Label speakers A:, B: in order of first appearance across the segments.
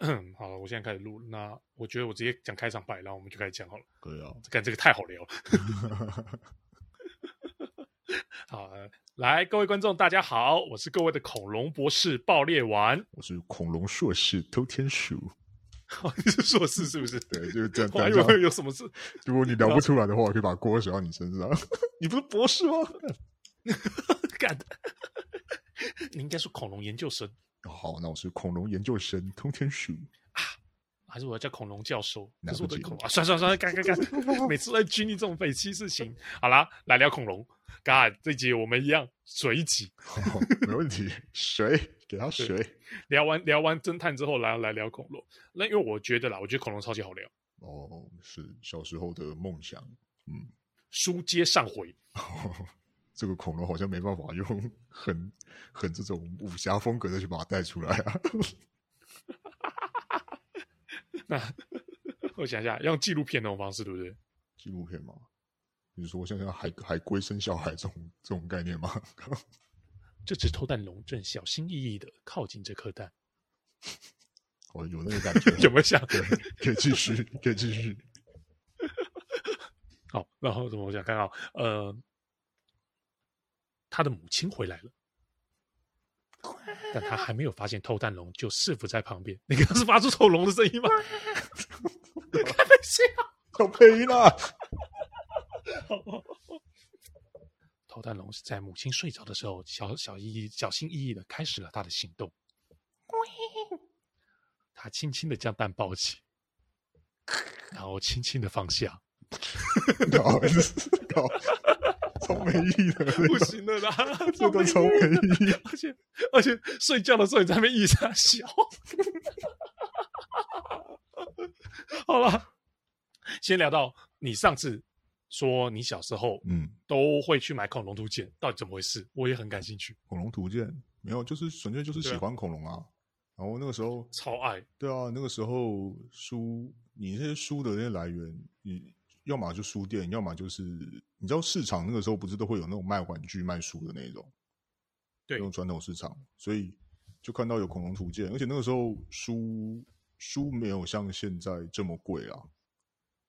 A: 好了，我现在开始录了。那我觉得我直接讲开场白，然后我们就开始讲好了。
B: 可以啊，
A: 干这个太好聊了。 好，呃来，各位观众，大家好，我是各位的恐龙博士爆裂丸。
B: 我是恐龙硕士偷天鼠，
A: 你是硕士是不是？
B: 对，啊就是这样。
A: 我
B: 大
A: 还以
B: 家
A: 为有什么事，
B: 如果你聊不出来的话，我可以把锅甩到你身上。
A: 你不是博士吗？ 干， 你应该是恐龙研究生，
B: 好，那我是恐龙研究生偷天鼠，
A: 还是我要叫恐龙教授？可
B: 了不
A: 是我的
B: 起
A: 恐龙啊，算算算，干干干， 每次都在拘泥这种匪气事情。好啦，来聊恐龙。干，这集我们一样水集，
B: 好，没问题，水给他水，
A: 聊完聊完侦探之后，来来聊恐龙。那因为我觉得啦，我觉得恐龙超级好聊，《
B: 哦，是小时候的梦想。嗯，
A: 书接上回》
B: 这个恐龙好像没办法用很很这种武侠风格的去把它带出来啊。
A: 那我想一下，用纪录片那种方式，对不对？
B: 纪录片吗？你是说像像海海龟生小孩这种这种概念吗？
A: 这只偷蛋龙正小心翼翼的靠近这颗蛋，
B: 哦，有那个感觉
A: ，有没有想？
B: 对，可以继续，可以继续。
A: 好，哦然后怎么我想看啊？呃，他的母亲回来了， 但他还没有发现偷蛋龙，就伺伏在旁边。你刚刚是发出偷龙的声音吗？开玩 笑。
B: 有配音啊！
A: 头蛋龙是在母亲睡着的时候，小小翼翼、小心翼翼的开始了他的行动。他轻轻的将蛋抱起，然后轻轻的放下。
B: 搞 搞，超没意义的，
A: 不行 了啦，
B: 这都超没意义。
A: 而且而且睡觉的时候你在那边一直笑。好了，先聊到你上次说你小时候
B: 嗯，
A: 都会去买恐龙图鉴，到底怎么回事？我也很感兴趣，
B: 恐龙图鉴没有，就是纯粹就是喜欢恐龙啊。然后那个时候，
A: 超爱。
B: 对啊，那个时候书，你那些书的那些来源，你要么就书店，要么就是你知道市场那个时候不是都会有那种卖玩具、卖书的那种，
A: 对
B: 那种传统市场，所以就看到有恐龙图鉴，而且那个时候书书没有像现在这么贵啦，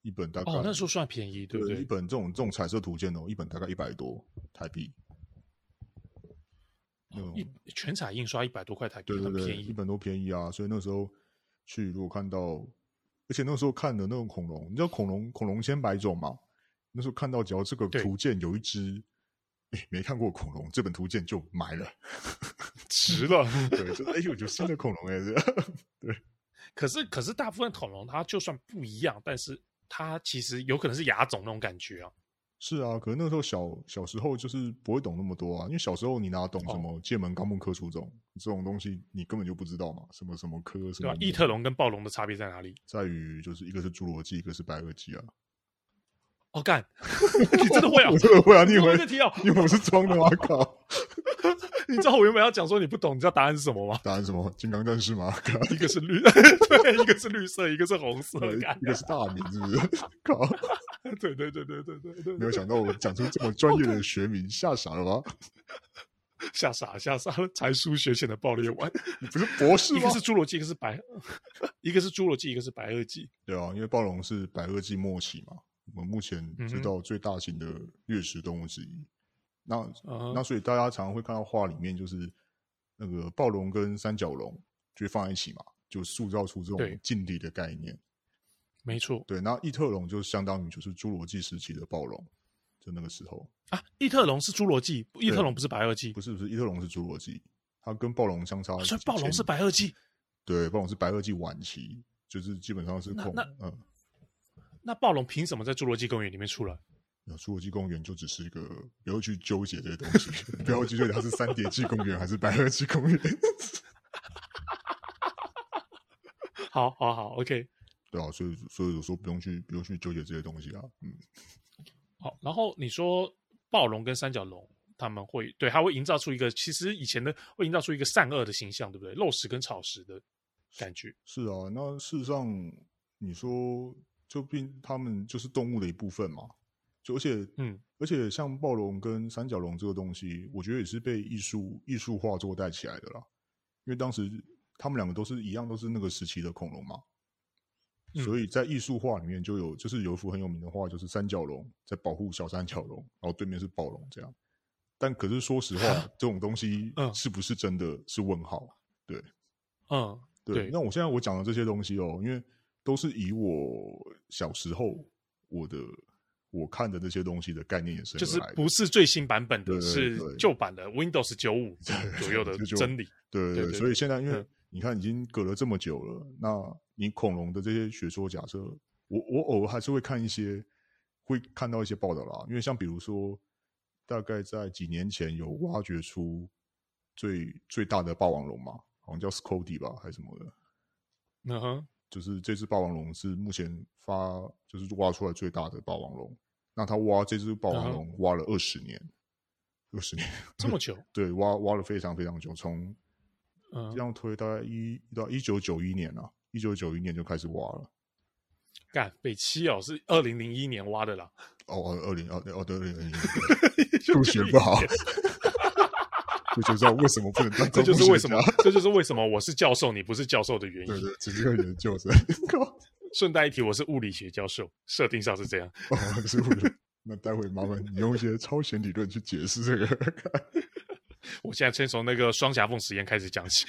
B: 一本大概
A: 哦，那时候算便宜，对不
B: 一
A: 对？
B: 本这种这种彩色图鉴哦，一本大概一百多台币。那种
A: 哦一全彩印刷一百多块台币，
B: 嗯对对
A: 很
B: 对，
A: 便
B: 一
A: 宜。
B: 本都便宜啊，所以那时候去如果看到，而且那时候看的那种恐龙，你知道恐龙恐龙千百种嘛？那时候看到只要这个
A: 对
B: 图鉴有一只，哎，没看过恐龙，这本图鉴就 买了。
A: 值了。
B: 对，就是哎呦，有新的恐龙哎、这
A: 可是可是大部分恐龙它就算不一样，但是它其实有可能是亚种那种感觉啊。
B: 是啊，可是那时候小小时候就是不会懂那么多啊，因为小时候你哪懂
A: 哦
B: 什么界门纲目科属种、这种东西，你根本就不知道嘛，什么什么科什
A: 对啊吧？
B: 么
A: 异
B: 目
A: 特龙跟暴龙的差别在哪里？
B: 在于就是一个是侏罗纪，一个是白垩纪啊。？
A: 哦，干，你真的会啊
B: 我真 的会啊，你以为
A: 这个题哦，
B: 因为我是装的吗？靠！
A: 你知道我原本要讲说你不懂，你知道答案是什么吗？
B: 答案什么？金刚战士 吗？靠
A: 一个是绿，对，一个是绿色，一个是红色。 干
B: 一个是大名，是不是？ 靠！
A: 对对对对对对对，
B: 没有想到我讲出这么专业的学名，吓傻 了吧？
A: 吓傻吓傻了，才疏学浅的暴力玩。
B: 你不是博士
A: 一
B: 吗
A: 个？是侏罗纪，一个是白， 一个是侏罗纪，一个是白垩纪。
B: 对啊，因为暴龙是白垩纪末期嘛，我们目前
A: 嗯哼
B: 知道最大型的掠食动物之一。那
A: 啊
B: 那所以大家常常会看到画里面就是那个暴龙跟三角龙就会放在一起嘛，就塑造出这
A: 对
B: 种近地的概念。
A: 没错
B: 对，那异特龙就相当于就是侏罗纪时期的暴龙，就那个时候，
A: 啊，异特龙是侏罗纪，异特龙不是白垩纪，
B: 不是不是，异特龙是侏罗纪，它跟暴龙相差
A: 哦
B: 前，
A: 所以暴龙是白垩纪。
B: 对，暴龙是白垩纪晚期，就是基本上是
A: 那
B: 恐
A: 那
B: 嗯，
A: 那暴龙凭什么在侏罗纪公园里面出来？
B: 有呃侏罗纪公园就只是一个，不要去纠结这些东西， 不要去纠结它是三叠纪公园还是白垩纪公园，
A: 好好好，OK，
B: 对啊，所以所以我说不用去不用去纠结这些东西啊，嗯，
A: 好。然后你说暴龙跟三角龙，他们会对，它会营造出一个其实以前的会营造出一个善恶的形象，对不对？肉食跟草食的感觉，
B: 是啊，那事实上你说就并它们就是动物的一部分嘛，就而且
A: 嗯，
B: 而且像暴龙跟三角龙这个东西，我觉得也是被艺术艺术化做带起来的啦。因为当时他们两个都是一样，都是那个时期的恐龙嘛。
A: 嗯
B: 所以在艺术画里面就有，就是有一幅很有名的画，就是三角龙在保护小三角龙，然后对面是暴龙这样。但可是说 实话，这种东西
A: 嗯
B: 是不是真的是问号？
A: 嗯，对
B: 那我现在我讲的这些东西哦，因为都是以我小时候我的我看的那些东西的概念也是
A: 就是
B: 来的
A: 不是最新版本的，
B: 对
A: 是
B: 对
A: 旧版的 Windows 九五左右的
B: 就就
A: 真理。
B: 对
A: 对
B: 对
A: 对
B: 对，所以现在因为
A: 嗯
B: 你看已经隔了这么久了，那你恐龙的这些学说假设，我我偶尔还是会看一些，会看到一些报道啦，因为像比如说，大概在几年前有挖掘出最最大的霸王龙嘛，好像叫 Scody 吧还是什么的，
A: 嗯哼，
B: 就是这只霸王龙是目前发就是挖出来最大的霸王龙，那他挖这只霸王龙挖了二十年，二十年，
A: 这么久，
B: 对，挖挖了非常非常久，从
A: 嗯
B: 这，样推大概一到一九九一年啊，一九九一年就开始挖了。
A: 干北七哦，是二零零一年挖的啦，
B: 哦哦，二零哦对哦对二零零一， 数学不好，这 就知道为什么不能当
A: 这
B: 考古学家。
A: 就是为什么，这就是为什么我是教授，你不是教授的原
B: 对
A: 因。
B: 对，只是个研 究生。靠
A: 顺带一提，我是物理学教授，设定上是这样。
B: 哦，是不是？那待会麻烦你用一些超弦理论去解释这个。
A: 我现在先从那个双夹缝实验开始讲起。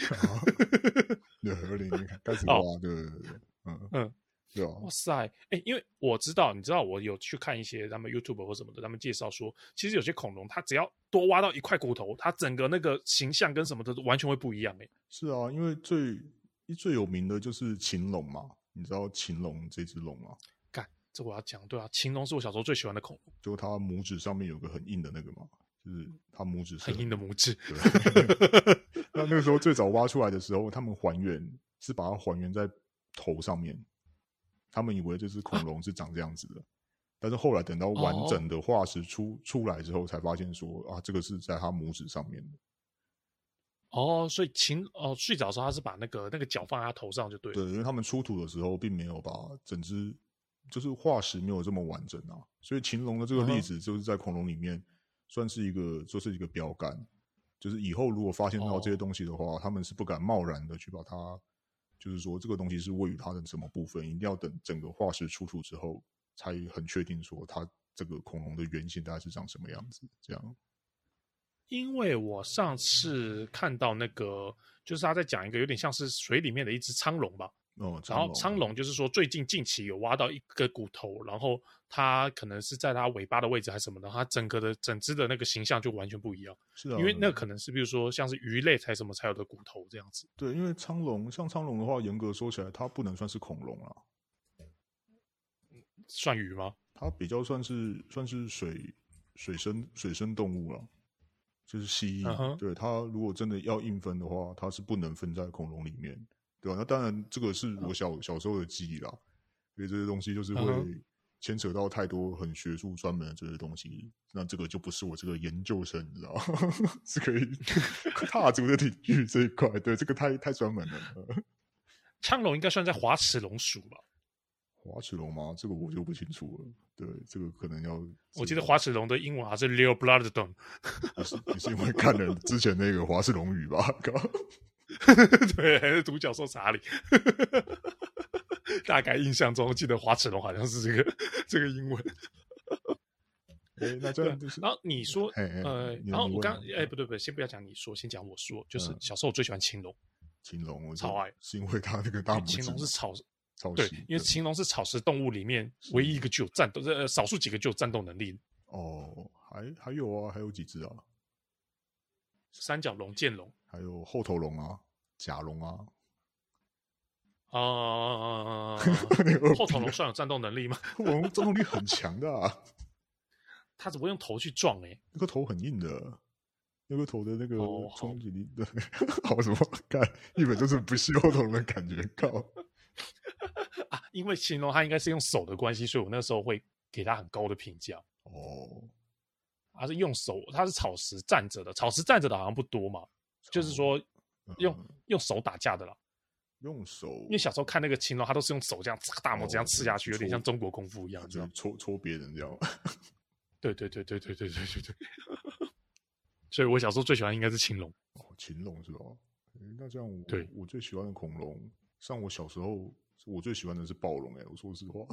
B: 对，二零零开始
A: 哦
B: 挖，对对对对，嗯
A: 嗯，
B: 对啊，
A: 哇塞，哎，因为我知道，你知道，我有去看一些他们 YouTube 或什么的，他们介绍说，其实有些恐龙它只要多挖到一块骨头，它整个那个形象跟什么的都完全会不一样。哎，
B: 是啊，因为最最有名的就是秦龙嘛，你知道秦龙这只龙吗？啊
A: 干，这我要讲，对啊，青龙是我小时候最喜欢的恐龙，
B: 就他拇指上面有个很硬的那个嘛，就是他拇指是
A: 很硬的拇 指。
B: 对那那个时候最早挖出来的时候，他们还原是把它还原在头上面，他们以为这只恐龙是长这样子的，但是后来等到完整的化石出、出来之后，才发现说啊，这个是在他拇指上面的。
A: 哦，所以青哦最早的时候它是把那个那个脚放在它头上就对了。
B: 对，因为他们出土的时候并没有把整只就是化石没有这么完整啊，所以秦龙的这个
A: 嗯哼
B: 例子就是在恐龙里面算是一个就是一个标杆，就是以后如果发现到
A: 哦
B: 这些东西的话，他们是不敢贸然的去把它，就是说这个东西是位于它的什么部分，一定要等整个化石出土之后才很确定说它这个恐龙的原型大概是长什么样子，这样。
A: 因为我上次看到那个，就是他在讲一个有点像是水里面的一只苍龙吧，
B: 哦，
A: 然后苍龙就是说最近近期有挖到一个骨头，然后它可能是在它尾巴的位置还是什么的，它整个的整只的那个形象就完全不一样，
B: 是啊，
A: 因为那可能是比如说像是鱼类才什么才有的骨头这样子。
B: 对，因为苍龙像苍龙的话，严格说起来，它不能算是恐龙啊。
A: 算鱼吗？
B: 它比较算是算是水水生水生动物了，就是蜥蜴。
A: 嗯哼
B: 对它如果真的要硬分的话，它是不能分在恐龙里面，对吧、那当然，这个是我小、小时候的记忆啦，所以这些东西就是
A: 嗯
B: 会
A: 哼
B: 牵扯到太多很学术专门的这些东西。那这个就不是我这个研究生，你知道， 是可 以踏足的领域这一块。对，这个太太专门了。呃
A: 苍龙应该算在滑齿龙属吧？
B: 滑齿龙吗？这个我就不清楚了。对，这个可能要
A: 我记得滑齿龙的英文还是 Leo Bloodstone，
B: 你是你是因为看了之前那个华氏龙语吧？ 靠
A: 对，还是独角兽查理。 大概印象中记得滑齿龙好像是这个这个英文。
B: 哎，那这样就是
A: 啊然后你说，
B: 哎哎
A: 呃，
B: 你
A: 然后
B: 你
A: 我
B: 问
A: 刚
B: 我
A: 哎不对不对，先不要讲你说，先讲我说，就是
B: 嗯
A: 小时候我最喜欢青龙，
B: 青龙，我
A: 超爱
B: 是因为他那个大拇指
A: 青龙是草
B: 超
A: 对
B: 细，
A: 因为青龙是草食动物里面唯一一个具有战斗呃少数几个具有战斗能力的，
B: 哦，还还有啊，还有几只啊，
A: 三角龙、剑龙
B: 还有后头龙啊，甲龙啊，
A: 啊，
B: 那个
A: 后头龙算有战斗能力吗？
B: 后头龙战斗力很强的、啊，
A: 它只不过用头去撞哎，
B: 那个头很硬的，那个头的那个
A: 哦好
B: 冲击力，对，好什么？看日本就是不是后头龙的感觉，靠，
A: 啊，因为青龙它应该是用手的关系，所以我那时候会给它很高的评价。
B: 哦，
A: 它是用手，它是草食站着的，草食站着的好像不多嘛，就是说
B: 嗯
A: 用用手打架的啦。
B: 用手，
A: 因为小时候看那个青龙，它都是用手这样擦大拇指这样刺下去，
B: 哦
A: 有点
B: 错嗯
A: 像中国功夫一样，这
B: 就
A: 样
B: 是。戳戳别人这样。
A: 对对对对对对对对对。所以我小时候最喜欢应该是青龙。
B: 哦，秦龙是吧？那这样我
A: 对
B: 我最喜欢的恐龙，像我小时候我最喜欢的是暴龙哎、我说实话，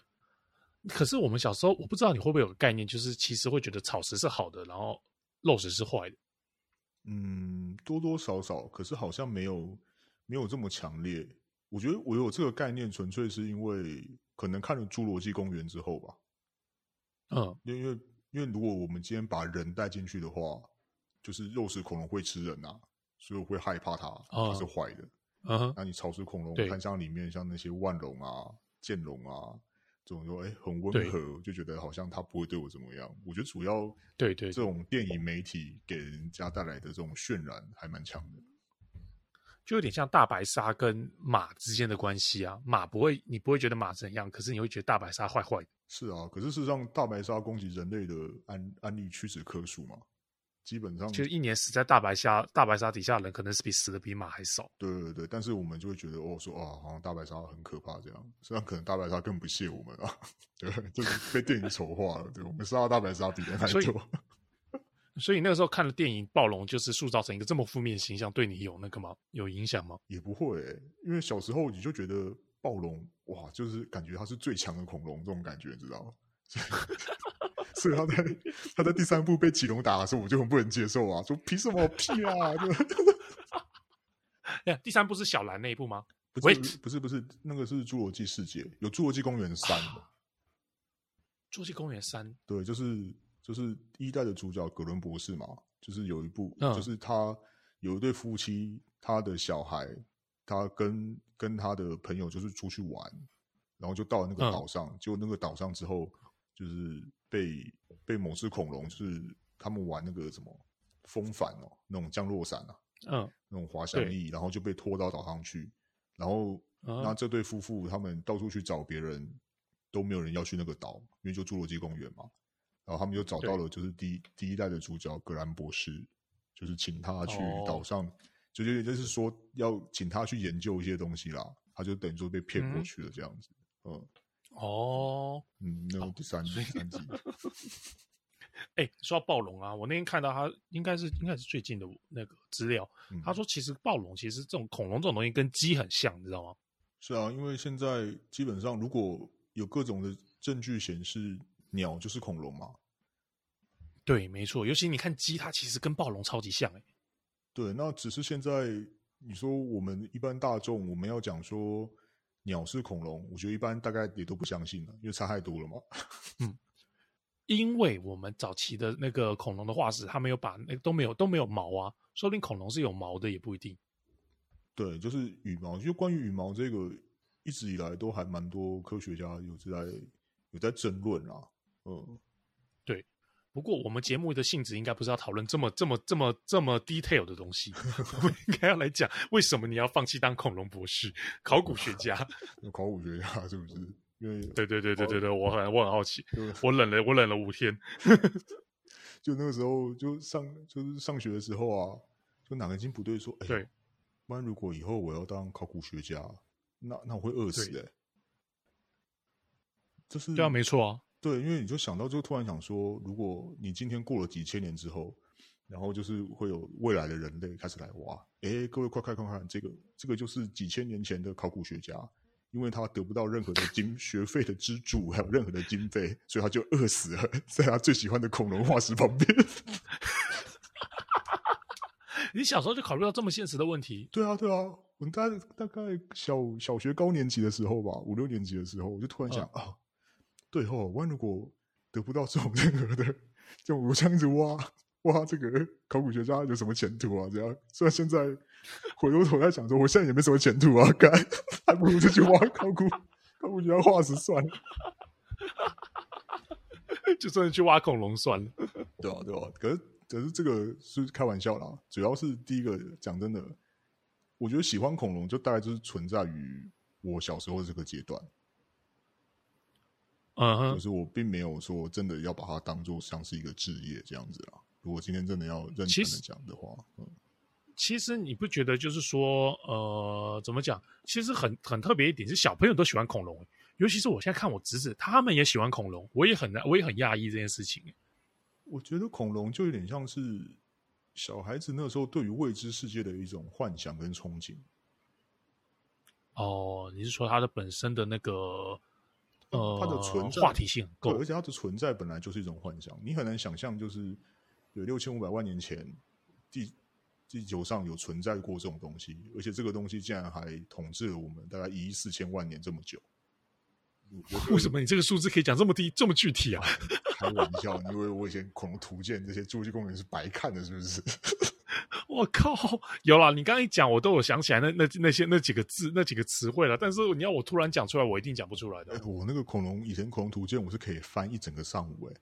A: 可是我们小时候，我不知道你会不会有个概念，就是其实会觉得草食是好的，然后肉食是坏的。
B: 嗯，多多少少，可是好像没有没有这么强烈。我觉得我有这个概念，纯粹是因为可能看了《侏罗纪公园》之后吧，
A: 嗯，
B: 因为因为因为如果我们今天把人带进去的话，就是肉食恐龙会吃人啊，所以我会害怕它，
A: 啊
B: 它是坏的。
A: 嗯哼，
B: 那你草食恐龙
A: 对
B: 看像里面像那些万龙啊、剑龙啊这种就，哎很
A: 对
B: 温和，就觉得好像它不会对我怎么样。我觉得主要
A: 对对
B: 这种电影媒体给人家带来的这种渲染还蛮强的。
A: 就有点像大白鲨跟马之间的关系啊。马不会，你不会觉得马怎样，可是你会觉得大白鲨坏坏的。
B: 是啊，可是事实上，大白鲨攻击人类的案案例屈指可数嘛，基本上
A: 就是一年死在大白鲨大白鲨底下的人，可能是比死的比马还少。
B: 对对对，但是我们就会觉得哦，说啊，好像大白鲨很可怕这样。实际上，可能大白鲨更不屑我们啊， 对，就是被电影丑化了。对我们杀的大白鲨比人还
A: 所以
B: 多。
A: 所以那个时候看了电影《暴龙》，就是塑造成一个这么负面的形象，对你有那个吗？有影响吗？
B: 也不会欸、因为小时候你就觉得暴龙哇，就是感觉它是最强的恐龙这种感觉，你知道吗？ 所以所以他在他在第三部被棘龙打的时候，我就很不能接受啊，说凭什么屁啊？ 就
A: 哎呀第三部是小兰那一部吗？
B: 不是
A: Wait
B: 不是不是，那个是侏罗纪世界，有侏罗纪公园三，
A: 《侏罗纪公园三》
B: 对，就是就是一代的主角葛伦博士嘛，就是有一部，
A: 嗯
B: 就是他有一对夫妻，他的小孩，他跟跟他的朋友就是出去玩，然后就到了那个
A: 嗯
B: 岛上，结果那个岛上之后，就是被被某只恐龙，就是他们玩那个什么风帆哦，那种降落伞啊，
A: 嗯，
B: 那种滑翔
A: 对
B: 翼，然后就被拖到岛上去。然后、
A: 啊
B: 那这对夫妇他们到处去找别人，都没有人要去那个岛，因为就侏罗纪公园嘛。然后他们就找到了，就是第一第一代的主角格兰博士，就是请他去
A: 哦
B: 岛上，就就就是说要请他去研究一些东西啦。他就等于说被骗过
A: 嗯
B: 去了这样子。嗯
A: 哦，
B: 嗯，那个第三、第 三集，
A: 哎，说到暴龙啊，我那天看到他应该是应该是最近的那个资料，
B: 嗯
A: 他说其实暴龙其实这种恐龙这种东西跟鸡很像，你知道吗？
B: 是啊，因为现在基本上如果有各种的证据显示鸟就是恐龙嘛，
A: 对，没错，尤其你看鸡，它其实跟暴龙超级像、欸，
B: 对，那只是现在你说我们一般大众，我们要讲说鸟是恐龙，我觉得一般大概也都不相信了，因为差太多了嘛。
A: 因为我们早期的那个恐龙的化石，它没有把那都没有都没有毛啊，说不定恐龙是有毛的也不一定。
B: 对，就是羽毛，就关于羽毛这个，一直以来都还蛮多科学家有在有在争论啦。嗯，
A: 不过我们节目的性质应该不是要讨论这么这么这么这么 detail 的东西， 我们应该要来讲为什么你要放弃当恐龙博士、考古学家。
B: 有考古学家是不是？因为
A: 对对对对对对，我很我很好奇，
B: 就
A: 我忍了我忍了五天，
B: 就那个时候就上就是上学的时候啊，就哪根筋不对说，哎、
A: 对，
B: 不然如果以后我要当考古学家，那那我会饿死
A: 对
B: 哎、这是
A: 对啊，没错啊，
B: 对，因为你就想到，就突然想说，如果你今天过了几千年之后，然后就是会有未来的人类开始来挖，诶，各位快看快看，这个这个就是几千年前的考古学家，因为他得不到任何的经 学费的资助，还有任何的经费，所以他就饿死了，在他最喜欢的恐龙化石旁边。
A: 你小时候就考虑到这么现实的问题，
B: 对啊，对啊，我大大概小小学高年级的时候吧，五六年级的时候，我就突然想啊、对哦，万一如果得不到这种任何的，就我这样一直挖挖这个考古学家有什么前途啊？这样，虽然现在回过头来想说，我现在也没什么前途啊，干，还不如就去挖考古考古学家化石算了。
A: 就真的去挖恐龙算了。
B: 对啊，对啊，可是可是这个是开玩笑啦，主要是第一个讲真的，我觉得喜欢恐龙就大概就是存在于我小时候这个阶段，
A: 嗯哼
B: 就，是我并没有说真的要把它当做像是一个职业这样子啦。如果今天真的要认
A: 其
B: 真
A: 实
B: 的讲的话，嗯，
A: 其实你不觉得就是说，呃，怎么讲？其实很很特别一点是，小朋友都喜欢恐龙，欸尤其是我现在看我侄子，他们也喜欢恐欸龙，我也很我也很讶异这件事情。
B: 我觉得恐龙就有点像是小孩子那时候对于未知世界的一种幻想跟憧憬，
A: 哦，你是说它的本身的那个呃
B: 哦它的存在
A: 话题性很
B: 对，
A: 够
B: 而且它的存在本来就是一种幻想，你很难想象，就是有六千五百万年前地地球上有存在过这种东西，而且这个东西竟然还统治了我们大概一亿四千万年这么久。我我
A: 为什么你这个数字可以讲这么低这么具体啊？
B: 开玩笑， 你以为我以前恐龙图鉴这些侏罗纪公园是白看的，是不是？
A: 我靠，有啦！你刚刚一讲，我都有想起来那那那些那几个字那几个词汇了，但是你要我突然讲出来，我一定讲不出来的
B: 哎。我那个恐龙以前恐龙图鉴，我是可以翻一整个上午、哎，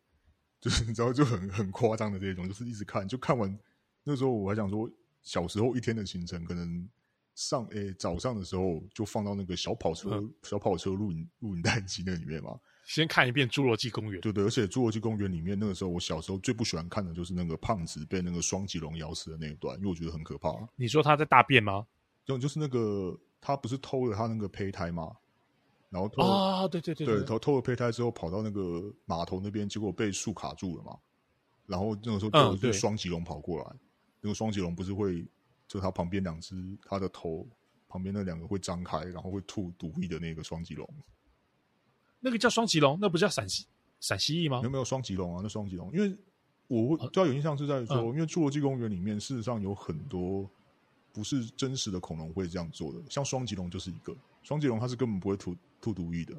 B: 就是 你知道就很很夸张的这种，就是一直看，就看完那时候我还想说，小时候一天的行程可能上哎、早上的时候就放到那个小跑车、小跑车录影录影带机那里面嘛，
A: 先看一遍《侏罗纪公园》，
B: 对对，而且侏罗纪公园里面那个时候我小时候最不喜欢看的就是那个胖子被那个双脊龙咬死的那一段，因为我觉得很可怕，
A: 你说他在大便吗？
B: 就就是那个他不是偷了他那个胚胎嘛，然后偷了
A: 啊，对对对
B: 对，偷偷了胚胎之后跑到那个码头那边，结果被树卡住了嘛。然后那个时候就
A: 嗯
B: 有一
A: 对
B: 只双脊龙跑过来，那个双脊龙不是会，就它旁边两只，它的头旁边那两个会张开，然后会吐毒液的那个双脊龙，
A: 那个叫双脊龙，那不叫陕西陕西蜴吗
B: 有？没有双脊龙啊？那双脊龙，因为我会比较有印象是在说，
A: 嗯
B: 因为侏罗纪公园里面事实上有很多不是真实的恐龙会这样做的，像双脊龙就是一个，双脊龙它是根本不会吐吐毒液的，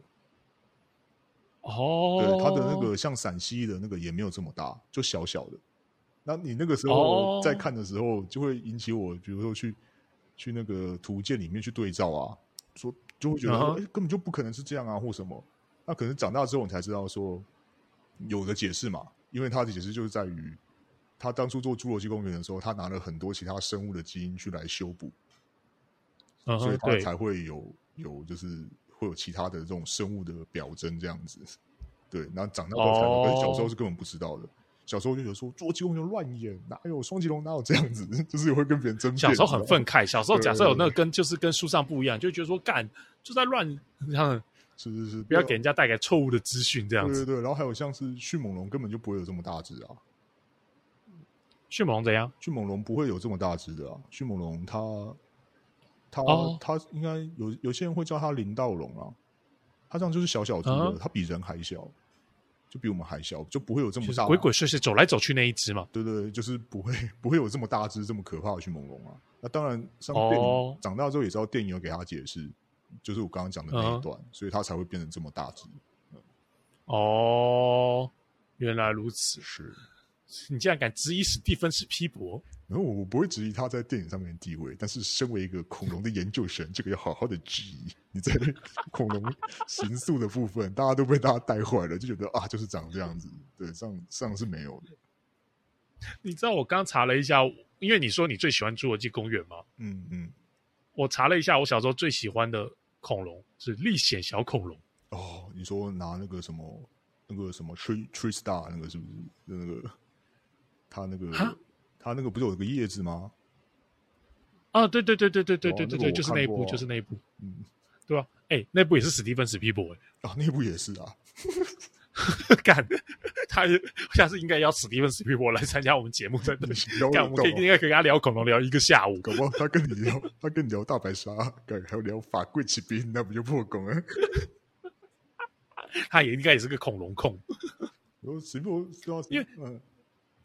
A: 哦，
B: 对，它的那个像陕西的那个也没有这么大，就小小的。那你那个时
A: 哦
B: 候在看的时候，就会引起我，比如说去去那个图鉴里面去对照啊，说就会觉得
A: 嗯
B: 说、
A: 哼
B: 诶根本就不可能是这样啊，或什么。那可能长大之后你才知道说有的解释嘛，因为他的解释就是在于他当初做侏罗纪公园的时候，他拿了很多其他生物的基因去来修补，
A: 嗯
B: 所以
A: 哼，
B: 他
A: 对，
B: 才会有有就是会有其他的这种生物的表征这样子。对，然后长大后才
A: 哦
B: 能，可是小时候是根本不知道的。小时候就觉得说侏罗纪公园乱演，哪有双脊龙哪有这样子， 就是也会跟别人争辩。
A: 小时候很愤
B: 你知
A: 慨，小时候
B: 对
A: 假设有那个跟就是跟书上不一样，就会觉得说干就在乱，这样
B: 道吗，是是是，
A: 不要给人家带来错误的资讯，这
B: 对。
A: 样
B: 对
A: 子
B: 对。对，然后还有像是迅猛龙根本就不会有这么大只啊，
A: 迅猛龙怎样？
B: 迅猛龙不会有这么大只的啊，迅猛龙它它、
A: 哦
B: 它应该有有些人会叫它林道龙啊，它这样就是小小只的，
A: 嗯
B: 它比人还小，就比我们还小，就不会有这么
A: 就是
B: 大
A: 鬼鬼祟祟走来走去那一只嘛。
B: 对对，对就是不会 不会有这么大只、这么可怕的迅猛龙啊。那当然，上
A: 哦
B: 电影、长大之后也知道电影有给他解释，就是我刚刚讲的那
A: 嗯
B: 一段，所以他才会变成这么大只。
A: 哦，原来如此，
B: 是，
A: 你竟然敢质疑史蒂芬是批驳？
B: 然后我不会质疑他在电影上面的地位，但是身为一个恐龙的研究神，这个要好好的质疑。你 在恐龙行塑的部分，大家都被大家带坏了，就觉得啊，就是长这样子。对，这样这样是没有的。
A: 你知道我刚查了一下，因为你说你最喜欢侏罗纪公园嘛，
B: 嗯嗯，
A: 我查了一下，我小时候最喜欢的恐龙是历险小恐龙。
B: 哦，你说拿那个什么那个什么 tree tree star 那个是不是？就那个他那
A: 哈
B: 个他那个不是有个叶子吗？
A: 啊，对对对对对对
B: 哦
A: 对对
B: 那个
A: 对，
B: 我
A: 就是那一
B: 看
A: 部，
B: 过
A: 就是那一部，
B: 嗯，
A: 对吧？哎，那部也是史蒂芬史皮博，
B: 啊，那部也是啊。
A: 哎 干，他下次应该邀史蒂芬史皮博来参加我们节目，在
B: 聊
A: 干，我啊们
B: 得
A: 可以
B: 到
A: 应该可以跟他聊恐龙聊一个下午。
B: 啊搞不好他跟你聊， 他跟你聊大白鲨，干还有聊法棍骑兵，那不就破功了？
A: 他也应该也是个恐龙控。
B: 我只不过知道，
A: 因为
B: 嗯，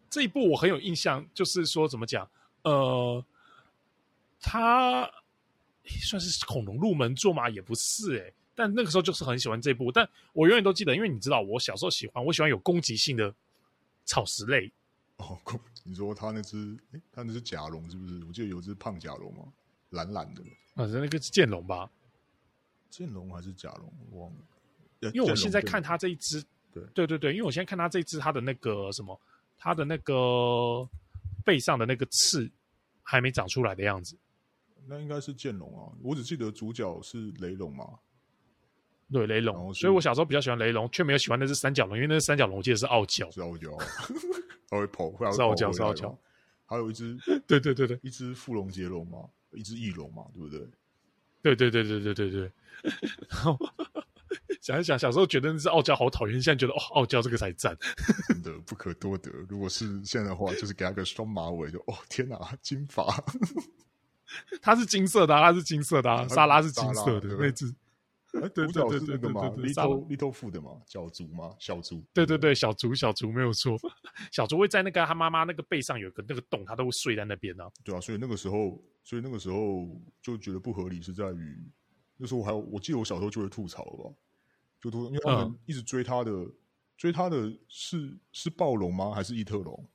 A: 这一部我很有印象，就是说怎么讲，呃，他算是恐龙入门作嘛，也不是诶、但那个时候就是很喜欢这部，但我永远都记得，因为你知道，我小时候喜欢，我喜欢有攻击性的草食类，
B: 哦，公你说他那只，哎，他那只甲龙是不是？我记得有只胖甲龙嘛，蓝蓝的
A: 啊，那个是剑龙吧？
B: 剑龙还是甲龙，我忘了。呃
A: 因为我
B: 剑龙
A: 现在
B: 剑龙
A: 看它这一只，
B: 对
A: 对对对，因为我现在看它这一只，它的那个什么，它的那个背上的那个刺还没长出来的样子。
B: 那应该是剑龙啊，我只记得主角是雷龙嘛，
A: 对雷
B: 然
A: 龙，
B: 后是
A: 所以我小时候比较喜欢雷龙，却没有喜欢那只三角龙，因为那只三角龙我记得是傲娇。
B: 是啊傲娇，他会跑，会
A: 是傲娇
B: 跑回来
A: 是傲娇
B: 嘛。还有一只
A: 对对对对
B: 一只富龙杰龙嘛，一只翼龙嘛，对不对？
A: 对对对对对对对。然后想一想，小时候觉得那是傲娇好讨厌，现在觉得哦，傲娇这个才赞。
B: 真的不可多得。如果是现在的话，就是给他个双马尾，就哦天哪，金发，
A: 它是金色的、啊，它是金色的、啊，
B: 它
A: 莎拉是金色的
B: 莎拉对
A: 那只，
B: 哎
A: 对
B: 主角是
A: 对对
B: 那个嘛
A: 对对对萨拉
B: ，Little Little Food 嘛，小猪嘛，小猪，
A: 对对对，小竹小竹没有错，小竹会在那个他啊妈妈那个背上有个那个洞，它都会睡在那边呢、啊。
B: 对啊，所以那个时候，所以那个时候就觉得不合理，是在于那时候我还有，我记得我小时候就会吐槽吧，就吐槽，因为他们
A: 嗯
B: 一直追他的，追他的是是暴龙吗？还是异特龙？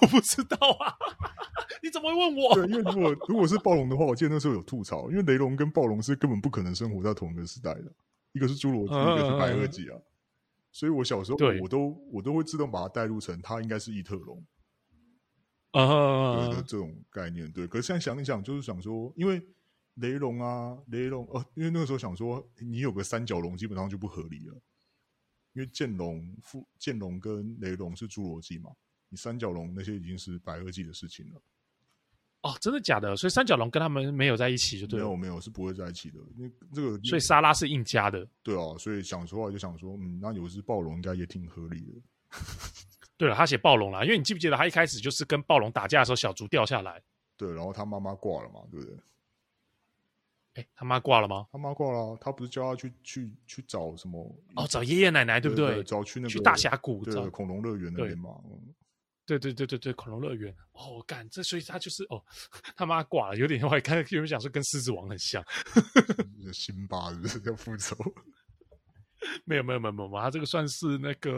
A: 我不知道啊， 你怎么会问
B: 对，
A: 我？
B: 因为如果如果是暴龙的话，我记得那时候有吐槽，因为雷龙跟暴龙是根本不可能生活在同一个时代的，一个是侏罗纪，
A: 嗯
B: 一个是白
A: 嗯嗯嗯
B: 垩纪啊，所以我小时候
A: 对
B: 我都我都会自动把它代入成它应该是异特龙。对的
A: 啊，
B: 这种概念。对，可是现在想一想，就是想说，因为雷龙啊，雷龙呃，因为那个时候想说，你有个三角龙基本上就不合理了，因为剑龙、复剑龙跟雷龙是侏罗纪嘛，你三角龙那些已经是白垩纪的事情了。
A: 哦，真的假的？所以三角龙跟他们没有在一起，就
B: 没
A: 对了。
B: 有没有是不会在一起的，那这个
A: 所以莎拉是硬加的。
B: 对啊，所以想说啊就想说，嗯，那有一只暴龙应该也挺合理的。
A: 对了，他写暴龙啦，因为你记不记得他一开始就是跟暴龙打架的时候，小竹掉下来，
B: 对，然后他妈妈挂了嘛，对不对？
A: 哎，他妈挂了吗？
B: 他妈挂了啊，他不是叫他去去去找什么？
A: 哦，找爷爷奶奶对不
B: 对
A: 对？
B: 找去那个
A: 去大峡谷
B: 对
A: 找
B: 恐龙乐园那
A: 对
B: 边嘛。嗯
A: 对对对对对，恐龙乐园哦，干这，所以他就是哦， 他妈挂了，有点我还看有人讲说跟狮子王很像，
B: 辛巴是不是要复仇？
A: 没有没有没有没有，他这个算是那个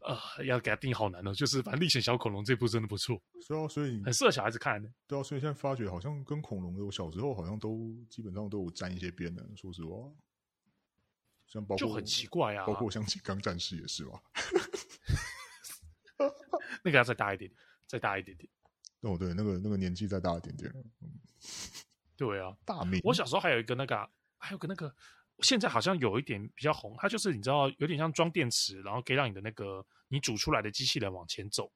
A: 呃，要给他定好难哦，就是反正历险小恐龙这部真的不错，
B: 所以啊，所以
A: 很适合小孩子看。
B: 对啊，所以现在发觉好像跟恐龙的，我小时候好像都基本上都有沾一些边的。说实话，像包括
A: 就很奇怪啊
B: 包，括像《金刚战士》也是吧？
A: 那个要再大一点点，再大一点点。
B: 哦，对，那个那个年纪再大一点点，
A: 对啊，
B: 大明
A: 我小时候还有一个那个啊、还有个那个，现在好像有一点比较红，它就是你知道，有点像装电池，然后可以让你的那个你煮出来的机器人往前走，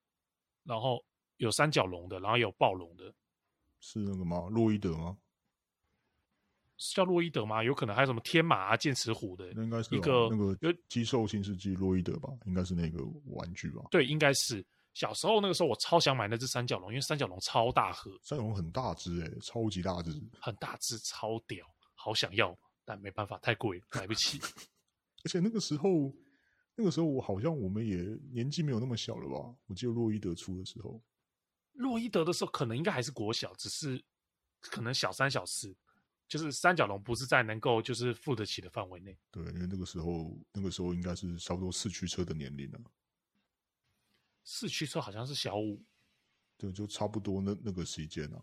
A: 然后有三角龙的，然后也有暴龙的，
B: 是那个吗？洛伊德吗？
A: 是叫洛伊德吗？有可能还有什么天马啊、剑齿虎的，
B: 那应该是吧
A: 一个
B: 那个
A: 有
B: 机兽新世纪洛伊德吧？应该是那个玩具吧？
A: 对，应该是。小时候那个时候，我超想买那只三角龙，因为三角龙超大盒，
B: 三角龙很大只诶、超级大只，而
A: 很大只，超屌，好想要，但没办法，太贵，买不起。
B: 且那个时候，那个时候我好像我们也年纪没有那么小了吧？我记得洛伊德出的时候，
A: 洛伊德的时候，可能应该还是国小，只是可能小三、小四，就是三角龙不是在能够就是付得起的范围内。
B: 对，因为那个时候，那个时候应该是差不多四驱车的年龄了，
A: 四驱车好像是小五，
B: 对，就差不多那那个时间啊。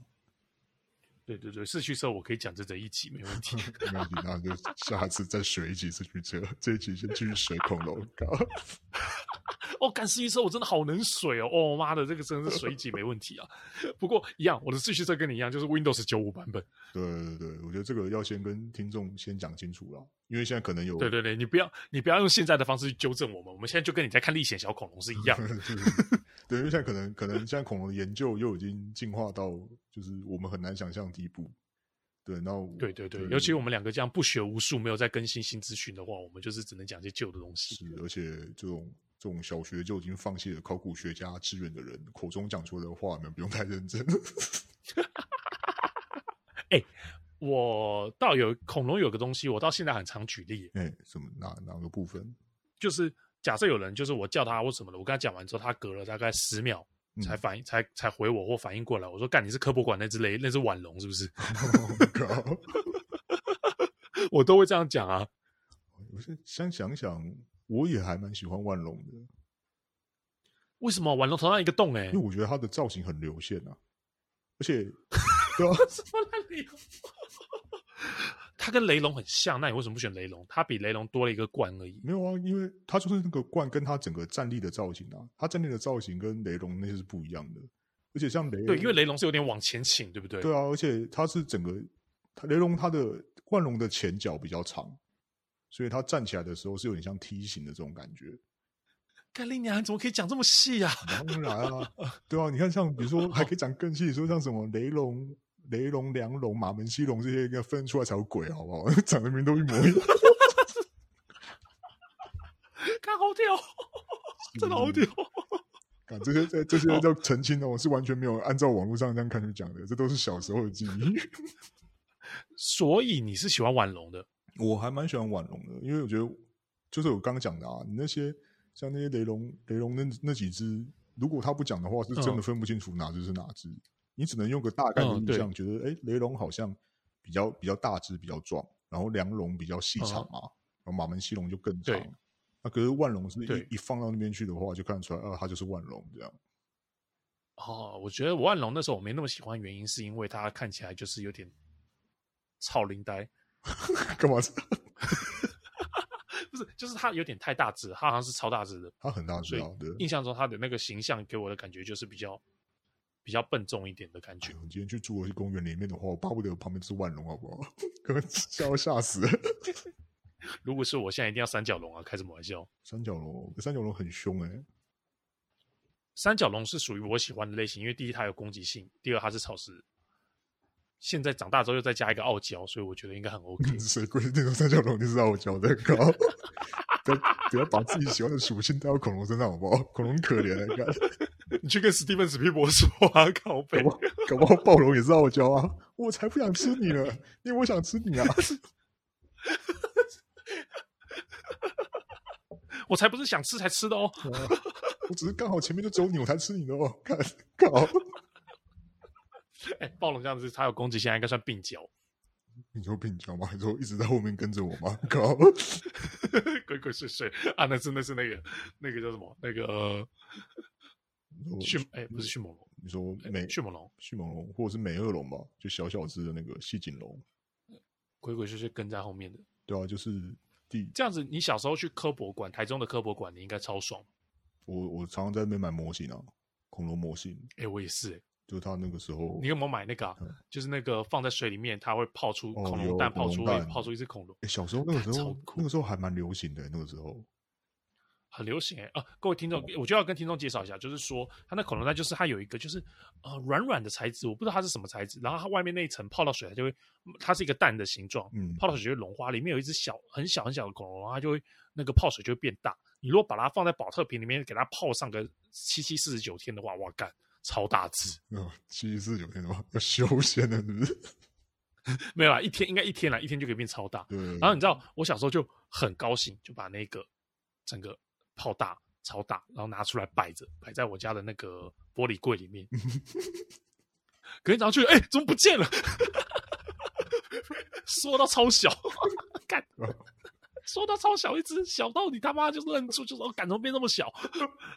A: 对对对，四驱车我可以讲这这一集没问题。
B: 没问题，那就下次再学一集四驱车，这一集先继续学恐龙。
A: 哦，干四驱车我真的好能水哦，哦妈的，这个真的是水解没问题啊。不过一样，我的四驱车跟你一样，就是 Windows 九五版本。
B: 对对对，我觉得这个要先跟听众先讲清楚了，因为现在可能有
A: 对 对对，你不要你不要用现在的方式去纠正我们，我们现在就跟你在看历险小恐龙是一样的。
B: 对，因为现在可能可能现在恐龙的研究又已经进化到就是我们很难想象的地步。对，那我
A: 对对对，尤其我们两个这样不学无术，没有在更新新资讯的话，我们就是只能讲一些旧的东西。
B: 是，而且这种这种小学就已经放弃了考古学家志愿的人，口中讲出来的话，你们不用太认真。
A: 我倒有恐龙有个东西，我到现在很常举例，
B: 哎、什么哪哪个部分？
A: 就是假设有人就是我叫他或什么的，我跟他讲完之后，他隔了大概十秒
B: 嗯
A: 才反应、才才回我或反应过来，我说干你是科博馆那只雷那只腕龙是不是？
B: 靠！
A: 我都会这样讲啊。
B: 我现在想想想，我也还蛮喜欢万隆的，
A: 为什么腕龙头上一个洞、欸？哎
B: 因为，我觉得它的造型很流线啊，而且对啊，
A: 什么烂理由？ 他跟雷龙很像，那你为什么不选雷龙？他比雷龙多了一个冠而已。
B: 没有啊，因为它就是那个冠跟它整个站立的造型啊，它站立的造型跟雷龙那些是不一样的，而且像雷
A: 对，因为雷龙是有点往前倾，对不对？
B: 对啊，而且它是整个它雷龙它的万龙的前脚比较长，所以它站起来的时候是有点像梯形的这种感觉。
A: 干你娘，怎么可以讲这么细啊？
B: 当然啊，对啊，你看像比如说还可以讲更细，说像什么雷龙雷龙、梁龙、马门西龙这些应该分出来才有鬼，好不好？ 长得名都一模一样，
A: 看好屌， 真的
B: 嗯
A: 好屌。
B: 干啊这些这这些要澄清的，我是完全没有按照网络上这样看去讲的，这都是小时候的记忆。
A: 所以你是喜欢晚龙的，
B: 我还蛮喜欢晚龙的，因为我觉得就是我刚讲的啊，你那些像那些雷龙、雷龙那那几只，如果他不讲的话，是真的分不清楚哪只是哪只。你只能用个大概的
A: 嗯
B: 印
A: 对
B: 象，觉得哎、诶雷龙好像比较比较大只、比较壮，然后梁龙比较细长嘛，然后马门西龙就更长
A: 哦对。
B: 那可是万龙是
A: 对
B: 一一放到那边去的话，就看得出来，呃，它就是万龙这样。
A: 哦，我觉得万龙那时候我没那么喜欢，原因是因为他看起来就是有点超龄呆，
B: 干嘛？
A: 不是，就是他有点太大只，他好像是超大只的。
B: 它很大只啊
A: 所，
B: 对。
A: 印象中他的那个形象给我的感觉就是比较比较笨重一点的感
B: 哎
A: 觉。
B: 我今天去侏罗纪公园里面的话，我巴不得旁边就是万龙，好不好？ 可能吓吓死了。
A: 如果是我现在一定要三角龙啊，开什么玩笑？
B: 三角龙，三角龙很凶哎、
A: 三角龙是属于我喜欢的类型，因为第一它有攻击性，第二它是草食。现在长大之后又再加一个傲娇，所以我觉得应该很 OK
B: 欸，。谁规定 那种三角龙就是傲娇的？靠！ 不要不要把自己喜欢的属性带到恐龙身上，好不好？恐龙很可怜的，干。
A: 你去跟史蒂芬史皮博说啊，靠背
B: 搞不好搞不好暴龙也是傲娇啊！我才不想吃你呢，因为我想吃你啊！
A: 我才不是想吃才吃的哦。
B: 我只是刚好前面就只有你，我才吃你的哦。看，靠！
A: 哎、暴龙这样子，它有攻击性，应该算鬓角，
B: 你有病，你知道吗？你说一直在后面跟着我吗？靠！
A: 鬼鬼祟祟啊，那是那是那个那个叫什么？那个、呃、
B: 我嗯
A: 迅哎、不是迅猛龙，哎
B: 你说美
A: 迅猛龙，
B: 迅猛龙或者是美恶龙吧，就小小只的那个细颈龙，
A: 鬼鬼祟祟跟在后面的。
B: 对啊，就是第
A: 这样子，你小时候去科博馆，台中的科博馆，你应该超爽。
B: 我我常常在那边买模型啊，恐龙模型，
A: 哎、我也是、哎
B: 就是他那个时候
A: 你有没有买那个、啊？就是那个放在水里面，它会泡出
B: 嗯哦
A: 恐
B: 有
A: 龙蛋，
B: 恐
A: 泡
B: 龙
A: 出
B: 蛋
A: 泡出一只恐龙，
B: 欸，小时候那个时
A: 超
B: 候
A: 酷，
B: 那个时候还蛮流行的、那个时候，
A: 很流行哎、啊！各位听
B: 哦
A: 众，我就要跟听众介绍一下，就是说它那恐龙蛋就是它有一个就是呃软软的材质，我不知道它是什么材质，然后它外面那一层泡到水，它就会它是一个蛋的形状，
B: 嗯，
A: 泡到水就会融化，里面有一只小很小很小的恐龙，然后它就会那个泡水就会变大。你如果把它放在保特瓶里面给它泡上个七七四十九天的话，哇干，超大只！
B: 那七四九天的话要修仙的，是不是？
A: 没有啦，一天应该一天啦，一天就可以变超大。
B: 对，
A: 然后你知道，我小时候就很高兴，就把那个整个泡大、超大，然后拿出来摆着，摆在我家的那个玻璃柜里面。隔天早上去，哎、怎么不见了？ 缩到超小，干，缩到超小一只，小到你他妈就是认出，就是我感动变那么小。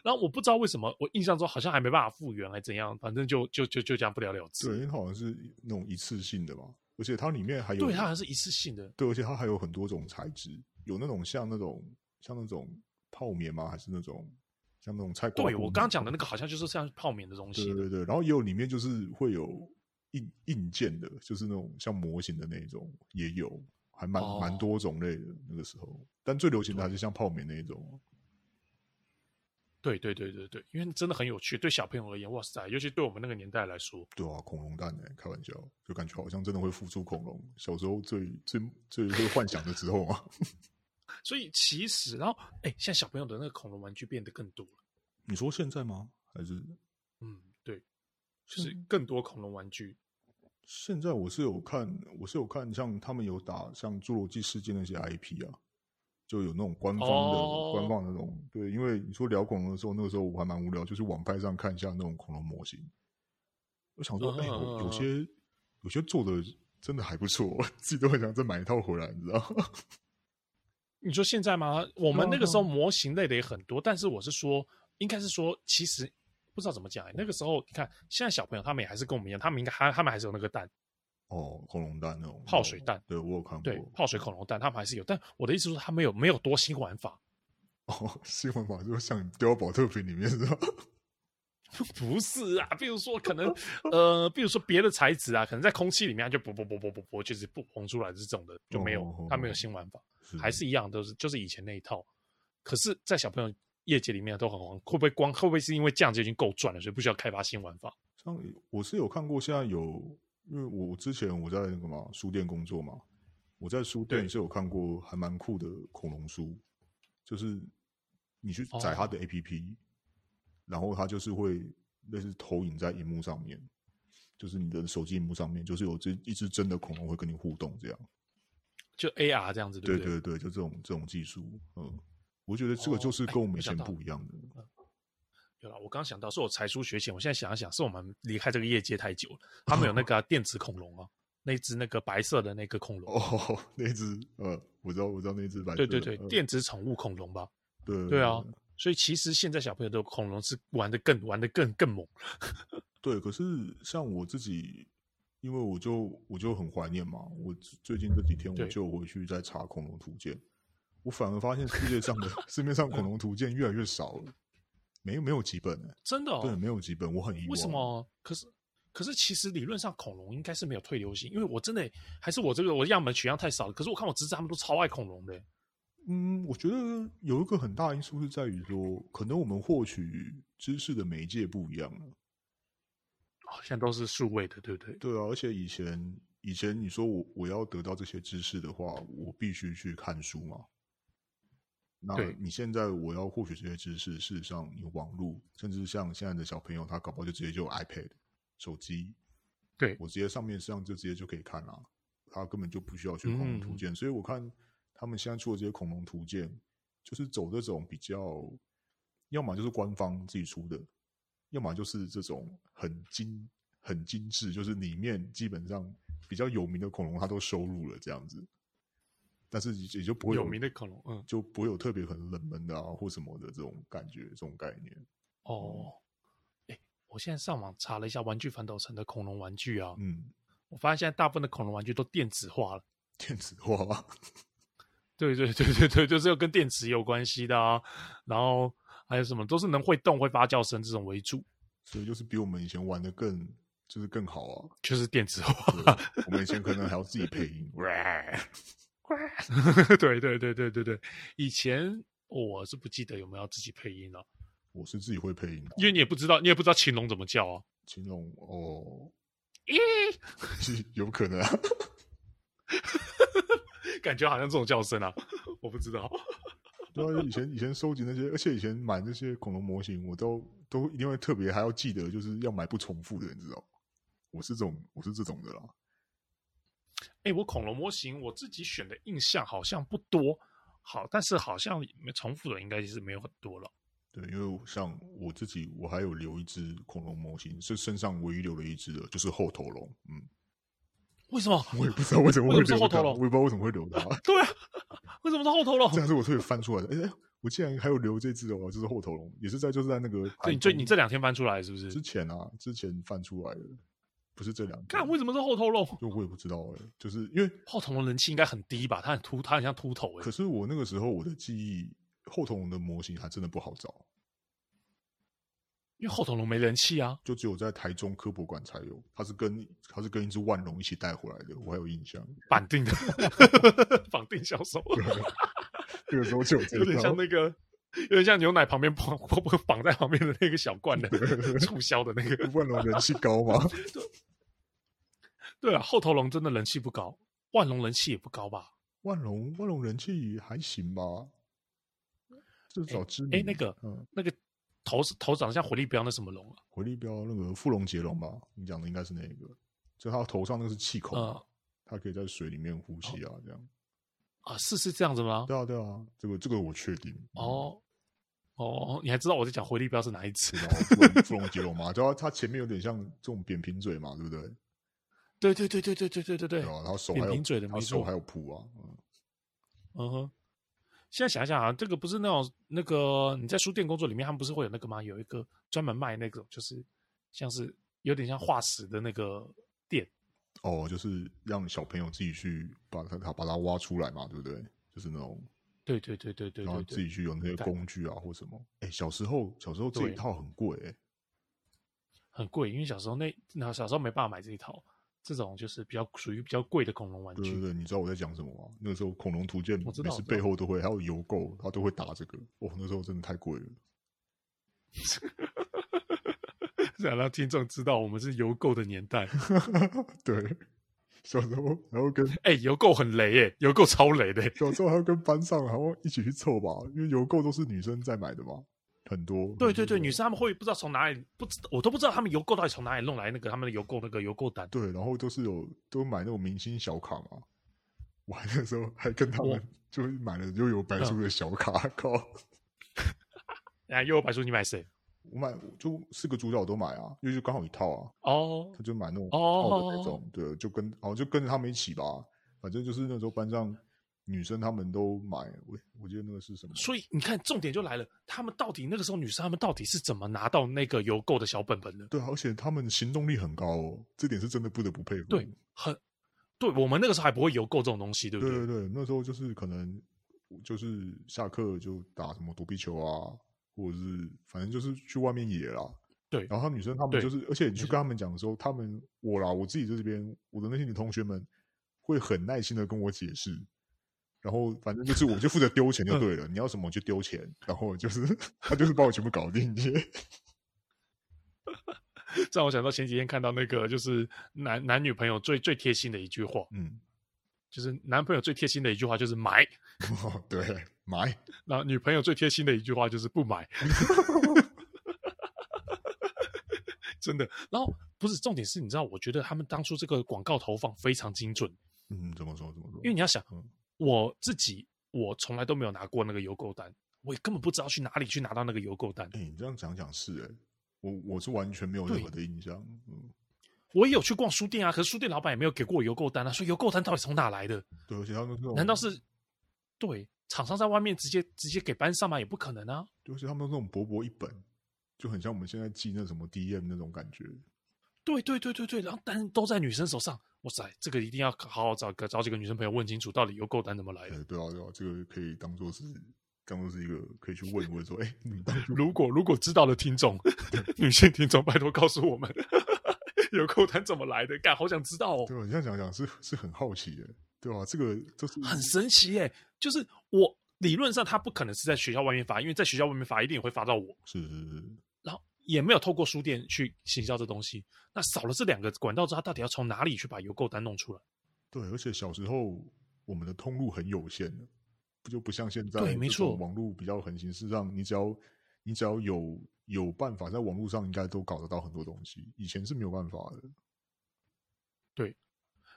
A: 然后我不知道为什么，我印象中好像还没办法复原，还怎样，反正就就就就这样不了了
B: 对，因
A: 之。
B: 为它好像是那种一次性的嘛，而且它里面还有
A: 对，啊它好像是一次性的，
B: 对而且它还有很多种材质，有那种像那种像那种泡棉吗？还是那种像那种菜瓜
A: 对
B: 布
A: 我
B: 那
A: 刚刚
B: 种
A: 讲的那个好像就是像泡棉的东西
B: 对对对，然后也有里面就是会有硬硬件的，就是那种像模型的那种也有，还蛮、
A: 哦
B: 蛮多种类的那个时候，但最流行的还是像泡棉那一种。
A: 对对对对对，因为真的很有趣，对小朋友而言，哇塞，尤其对我们那个年代来说，
B: 对啊，恐龙蛋哎、开玩笑，就感觉好像真的会孵出恐龙。小时候最最最会幻想的时候啊，
A: 所以其实，然后哎，现在小朋友的那个恐龙玩具变得更多了，
B: 你说现在吗？还是
A: 嗯，对，就是
B: 嗯
A: 更多恐龙玩具，
B: 现在我是有看，我是有看，像他们有打像《侏罗纪世界》那些 IP 啊，就有那种官方的、
A: 哦
B: 官方的那种。对，因为你说聊恐龙的时候，那个时候我还蛮无聊，就是网拍上看一下那种恐龙模型。我想说，
A: 嗯
B: 哎、有
A: 嗯嗯
B: 有些有些做的真的还不错， 自己都很想再买一套回来，你知道吗？
A: 你说现在吗？我们
B: 嗯
A: 那个时候
B: 嗯
A: 模型类的也很多，但是我是说，应该是说，其实不知道怎么讲，哎那个时候你看，现在小朋友他们也还是跟我们一样，他们应该还他们还是有那个蛋
B: 哦，恐龙蛋那种
A: 泡水蛋，
B: 对我有看过。
A: 对，泡水恐龙蛋，他们还是有，但我的意思是说，他们有没有多新玩法？
B: 哦，新闻法就是像你丢到保特瓶里面，是吧？
A: 不是啊，比如说可能呃，比如说别的材质啊，可能在空气里面它就啵啵啵啵啵啵，就是不红出来这种的就没有，
B: 哦
A: 它没有新玩法，还是一样都是就是以前那一套。可是，在小朋友业界里面都很红，会不会光会不会是因为这样就已经够赚了，所以不需要开发新玩法？
B: 像我是有看过，现在有因为我之前我在那个嘛书店工作嘛，我在书店
A: 对
B: 是有看过还蛮酷的恐龙书，就是你去
A: 哦
B: 载它的 APP，、然后它就是会类似投影在荧幕上面，就是你的手机荧幕上面，就是有这一只真的恐龙会跟你互动这样。
A: 就 AR 这样子，
B: 对
A: 不对？
B: 对对，就这种这种技术，嗯，我觉得这个
A: 哦
B: 就是
A: 哎
B: 跟我们
A: 没
B: 以前
A: 想到嗯
B: 不一样的。
A: 有了，我刚想到是我才疏学浅，我现在想一想，是我们离开这个业界太久了。他们有那个啊、电子恐龙啊，那只那个白色的那个恐龙，
B: 哦， 那只呃，我知道我知道那只白色
A: 对
B: 的，
A: 对对，
B: 呃
A: 电子宠物恐龙吧。
B: 对
A: 对啊，所以其实现在小朋友的恐龙是玩的更玩的更更猛，
B: 对，可是像我自己，因为我就我就很怀念嘛，我最最近这几天我
A: 对
B: 就回去在查恐龙图鉴，我反而发现世界上的 市面上恐龙图鉴越来越少了，没没有几本呢、
A: 真的哦。
B: 对，没有几本，我很意外。
A: 为什？么？可是可是，其实理论上恐龙应该是没有退流行，因为我真的还是我这个我样本取样太少了。可是我看我侄子他们都超爱恐龙的，
B: 嗯，我觉得有一个很大因素是在于说，可能我们获取知识的媒介不一样了。
A: 好像都是数位的，对不对？
B: 对啊，而且以前以前你说我我要得到这些知识的话，我必须去看书嘛。那
A: 对
B: 你现在我要获取这些知识，事实上你网络，甚至像现在的小朋友，他搞不好就直接就有 iPad、手机，
A: 对
B: 我直接上面实际上就直接就可以看啦、他根本就不需要去恐龙
A: 嗯
B: 图鉴。所以我看他们现在出的这些恐龙图鉴，就是走这种比较，要么就是官方自己出的，要么就是这种很精很精致，就是里面基本上比较有名的恐龙它都收录了这样子，但是也也就不会
A: 有名的恐龙，嗯，
B: 就不会有特别很冷门的啊或什么的这种感觉这种概念。
A: 哦，哎，我现在上网查了一下《玩具反斗城》的恐龙玩具啊，
B: 嗯，
A: 我发现现在大部分的恐龙玩具都电子化了。
B: 电子化，
A: 对对对对对，就是要跟电池有关系的啊，然后还有什么都是能会动、会发叫声这种为主，
B: 所以就是比我们以前玩的更就是更好啊。
A: 就是电子化。
B: 对我们以前可能还要自己配音，嗯哇
A: 对对对对对对，以前我是不记得有没有自己配音了、啊
B: 我是自己会配音的。
A: 因为你也不知道，你也不知道秦龙怎么叫 啊。
B: 青龙哦，
A: 咦，
B: 是有可能啊。
A: 感觉好像这种叫声啊，我不知道。
B: 对啊，以前以前收集那些，而且以前买那些恐龙模型，我都都一定会特别还要记得，就是要买不重复的，你知道吗？我是这种，我是这种的啦。
A: 哎，我恐龙模型我自己选的印象好像不多，好，但是好像没重复的应该是没有很多了。
B: 对，因为我像我自己，我还有留一只恐龙模型，是身上唯一留了一只的，就是后头龙。嗯，
A: 为什么？
B: 我也不知道为什么会
A: 为什么是
B: 留
A: 后
B: 它
A: 头龙
B: 我也不知道为什么会 留它。
A: 对啊，为什么是后头龙
B: 这？样是我特别翻出来的，哎、我竟然还有留这只哦，就是后头龙，也是在就是在那个
A: 对你最你这两天翻出来是不
B: 之
A: 是？
B: 前啊，之前翻出来的，不是这两
A: 看
B: 天，
A: 为什么是后头龙？
B: 就我也不知道哎、就是因为，
A: 后头龙人气应该很低吧？它很秃，它很像秃头哎、
B: 可是我那个时候我的记忆，后头龙的模型还真的不好找，
A: 因为后头龙没人气啊。
B: 就只有在台中科博馆才有，它是跟它是跟一只万龙一起带回来的，我还有印 象，
A: 绑定的， 绑定销售，
B: 那个时候就有这
A: 有
B: 个，
A: 点像那个，有点像牛奶旁边绑 绑绑在旁边的那个小 罐的促销的那 个。
B: 万龙人气高嘛，
A: 对啊，后头龙真的人气不高，万龙人气也不高吧？
B: 万龙万龙人气还行吧，至少知名
A: 哎，那个
B: 嗯
A: 那个头头长得像回力镖那什么龙啊？
B: 回力镖那个富龙杰龙吧，你讲的应该是那个，就它头上那个是气孔，
A: 嗯
B: 它可以在水里面呼吸啊，这样。
A: 啊，是是这样子吗？
B: 对啊，对啊，这个这个我确定。
A: 哦哦，你还知道我在讲回力镖是哪一只
B: 嗯，？然后富龙富龙杰龙嘛， 对啊，它前面有点像这种扁平嘴嘛，对不对？
A: 对对对对对对对对对
B: 对，啊，然后手还
A: 扁
B: 有
A: 平嘴的
B: 它
A: 没
B: 手
A: 错
B: 还。有蹼啊，嗯，
A: 嗯哼，现在想一想啊，这个不是那种那个你在书店工作里面，他们不是会有那个吗？有一个专门卖那种，就是像是有点像化石的那个店。
B: 哦，就是让小朋友自己去把它把它挖出来嘛，对不对？就是那种，
A: 对对对对对
B: 然后
A: 对
B: 自己
A: 对，
B: 去有那些
A: 干
B: 工具啊或什么。哎，小时候小时候这一
A: 对
B: 套很贵哎，
A: 很贵，因为小时候那那小时候没办法买这一套，这种就是比较属于比较贵的恐龙玩
B: 对对
A: 具。
B: 对，你知道我在讲什么吗？那个时候恐龙图鉴
A: 我知
B: 每
A: 道
B: 次
A: 我知道
B: 背后都会，还有邮购，它都会打这个。哦，那时候真的太贵了。
A: 想 让听众知道我们是邮购的年代。
B: 对，小时候然后跟
A: 哎、邮购很雷哎、邮购超雷的、
B: 小时候还要跟班上然后一起去凑吧，因为邮购都是女生在买的嘛，很多。
A: 对对
B: 很多
A: 对，女生他们会不知道从哪里，不知我都不知道他们邮购到底从哪里弄来那个他们的邮购那个邮购单。
B: 对，然后都是有都买那种明星小卡嘛。我还那时候还跟他
A: 我
B: 们就是买了又有白
A: 嗯
B: 书的小卡，靠！
A: 哎、啊，又有白书你买谁？
B: 我买就四个主角我都买啊，因为就刚好一套啊，
A: 哦
B: 他就买那种套的
A: 哦
B: 那种，对，就跟好像就跟着他们一起吧，反正就是那时候班上女生她们都买，我我记得那个是什么，
A: 所以你看，重点就来了，他们到底那个时候女生他们到底是怎么拿到那个邮购的小本本的？
B: 对啊，而且他们行动力很高哦，这点是真的不得不佩服。
A: 对很对，我们那个时候还不会邮购这种东西，对不
B: 对
A: 对？
B: 对对，那时候就是可能就是下课就打什么躲避球啊，或者是反正就是去外面野啦。
A: 对
B: 然后他女生她们
A: 对嗯
B: 就是，而且你
A: 没
B: 去
A: 错
B: 跟他们讲的时候，他们我啦，我自己在这边，我的那些女同学们会很耐心的跟我解释。然后反正就是，我就负责丢钱就 对了，你要什么我就丢钱，然后就是他就是把我全部搞定。
A: 让我想到前几天看到那个，就是男男女朋友最最贴心的一句话，
B: 嗯，
A: 就是男朋友最贴心的一句话就是买，
B: 哦对，买，
A: 那女朋友最贴心的一句话就是不 买，真的。然后不是重点是，你知道，我觉得他们当初这个广告投放非常精准，
B: 嗯，怎么说怎么说？
A: 因为你要想
B: 嗯，
A: 我自己我从来都没有拿过那个邮购单，我也根本不知道去哪里去拿到那个邮购单。
B: 哎、你这样讲讲是哎、我我是完全没有任
A: 对
B: 何的印象。嗯，
A: 我也有去逛书店啊，可是书店老板也没有给过我邮购单啊，所以邮购单到底从哪来的？
B: 对，而且他们那种，
A: 难道是对厂商在外面直接直接给班上吗？也不可能啊。
B: 对，而且他们那种薄薄一本，就很像我们现在寄那什么 DM 那种感觉。
A: 对对对对对，然后单都在女生手上，哇塞，这个一定要好好找个找几个女生朋友问清楚，到底邮购单怎么来的。
B: 哎，对啊，对啊，这个可以当做是当做是一个可以去问一问说，哎、你们当初
A: 如果如果知道的听众， 女性听众，拜托告诉我们 邮购单怎么来的，干好想知道哦，
B: 对吧、你这样讲讲是是很好奇的，对吧、这个就是
A: 很神奇耶、就是我理论上他不可能是在学校外面发，因为在学校外面发一定也会发到我，
B: 是是是，
A: 然后也没有透过书店去行销这东西。那少了这两个管道之后，他到底要从哪里去把邮购单弄出来？
B: 对，而且小时候我们的通路很有限的，不就不像现在
A: 对没
B: 这种
A: 错
B: 网络比较横行，事实上你只要你只要有有办法，在网络上应该都搞得到很多东西，以前是没有办法的。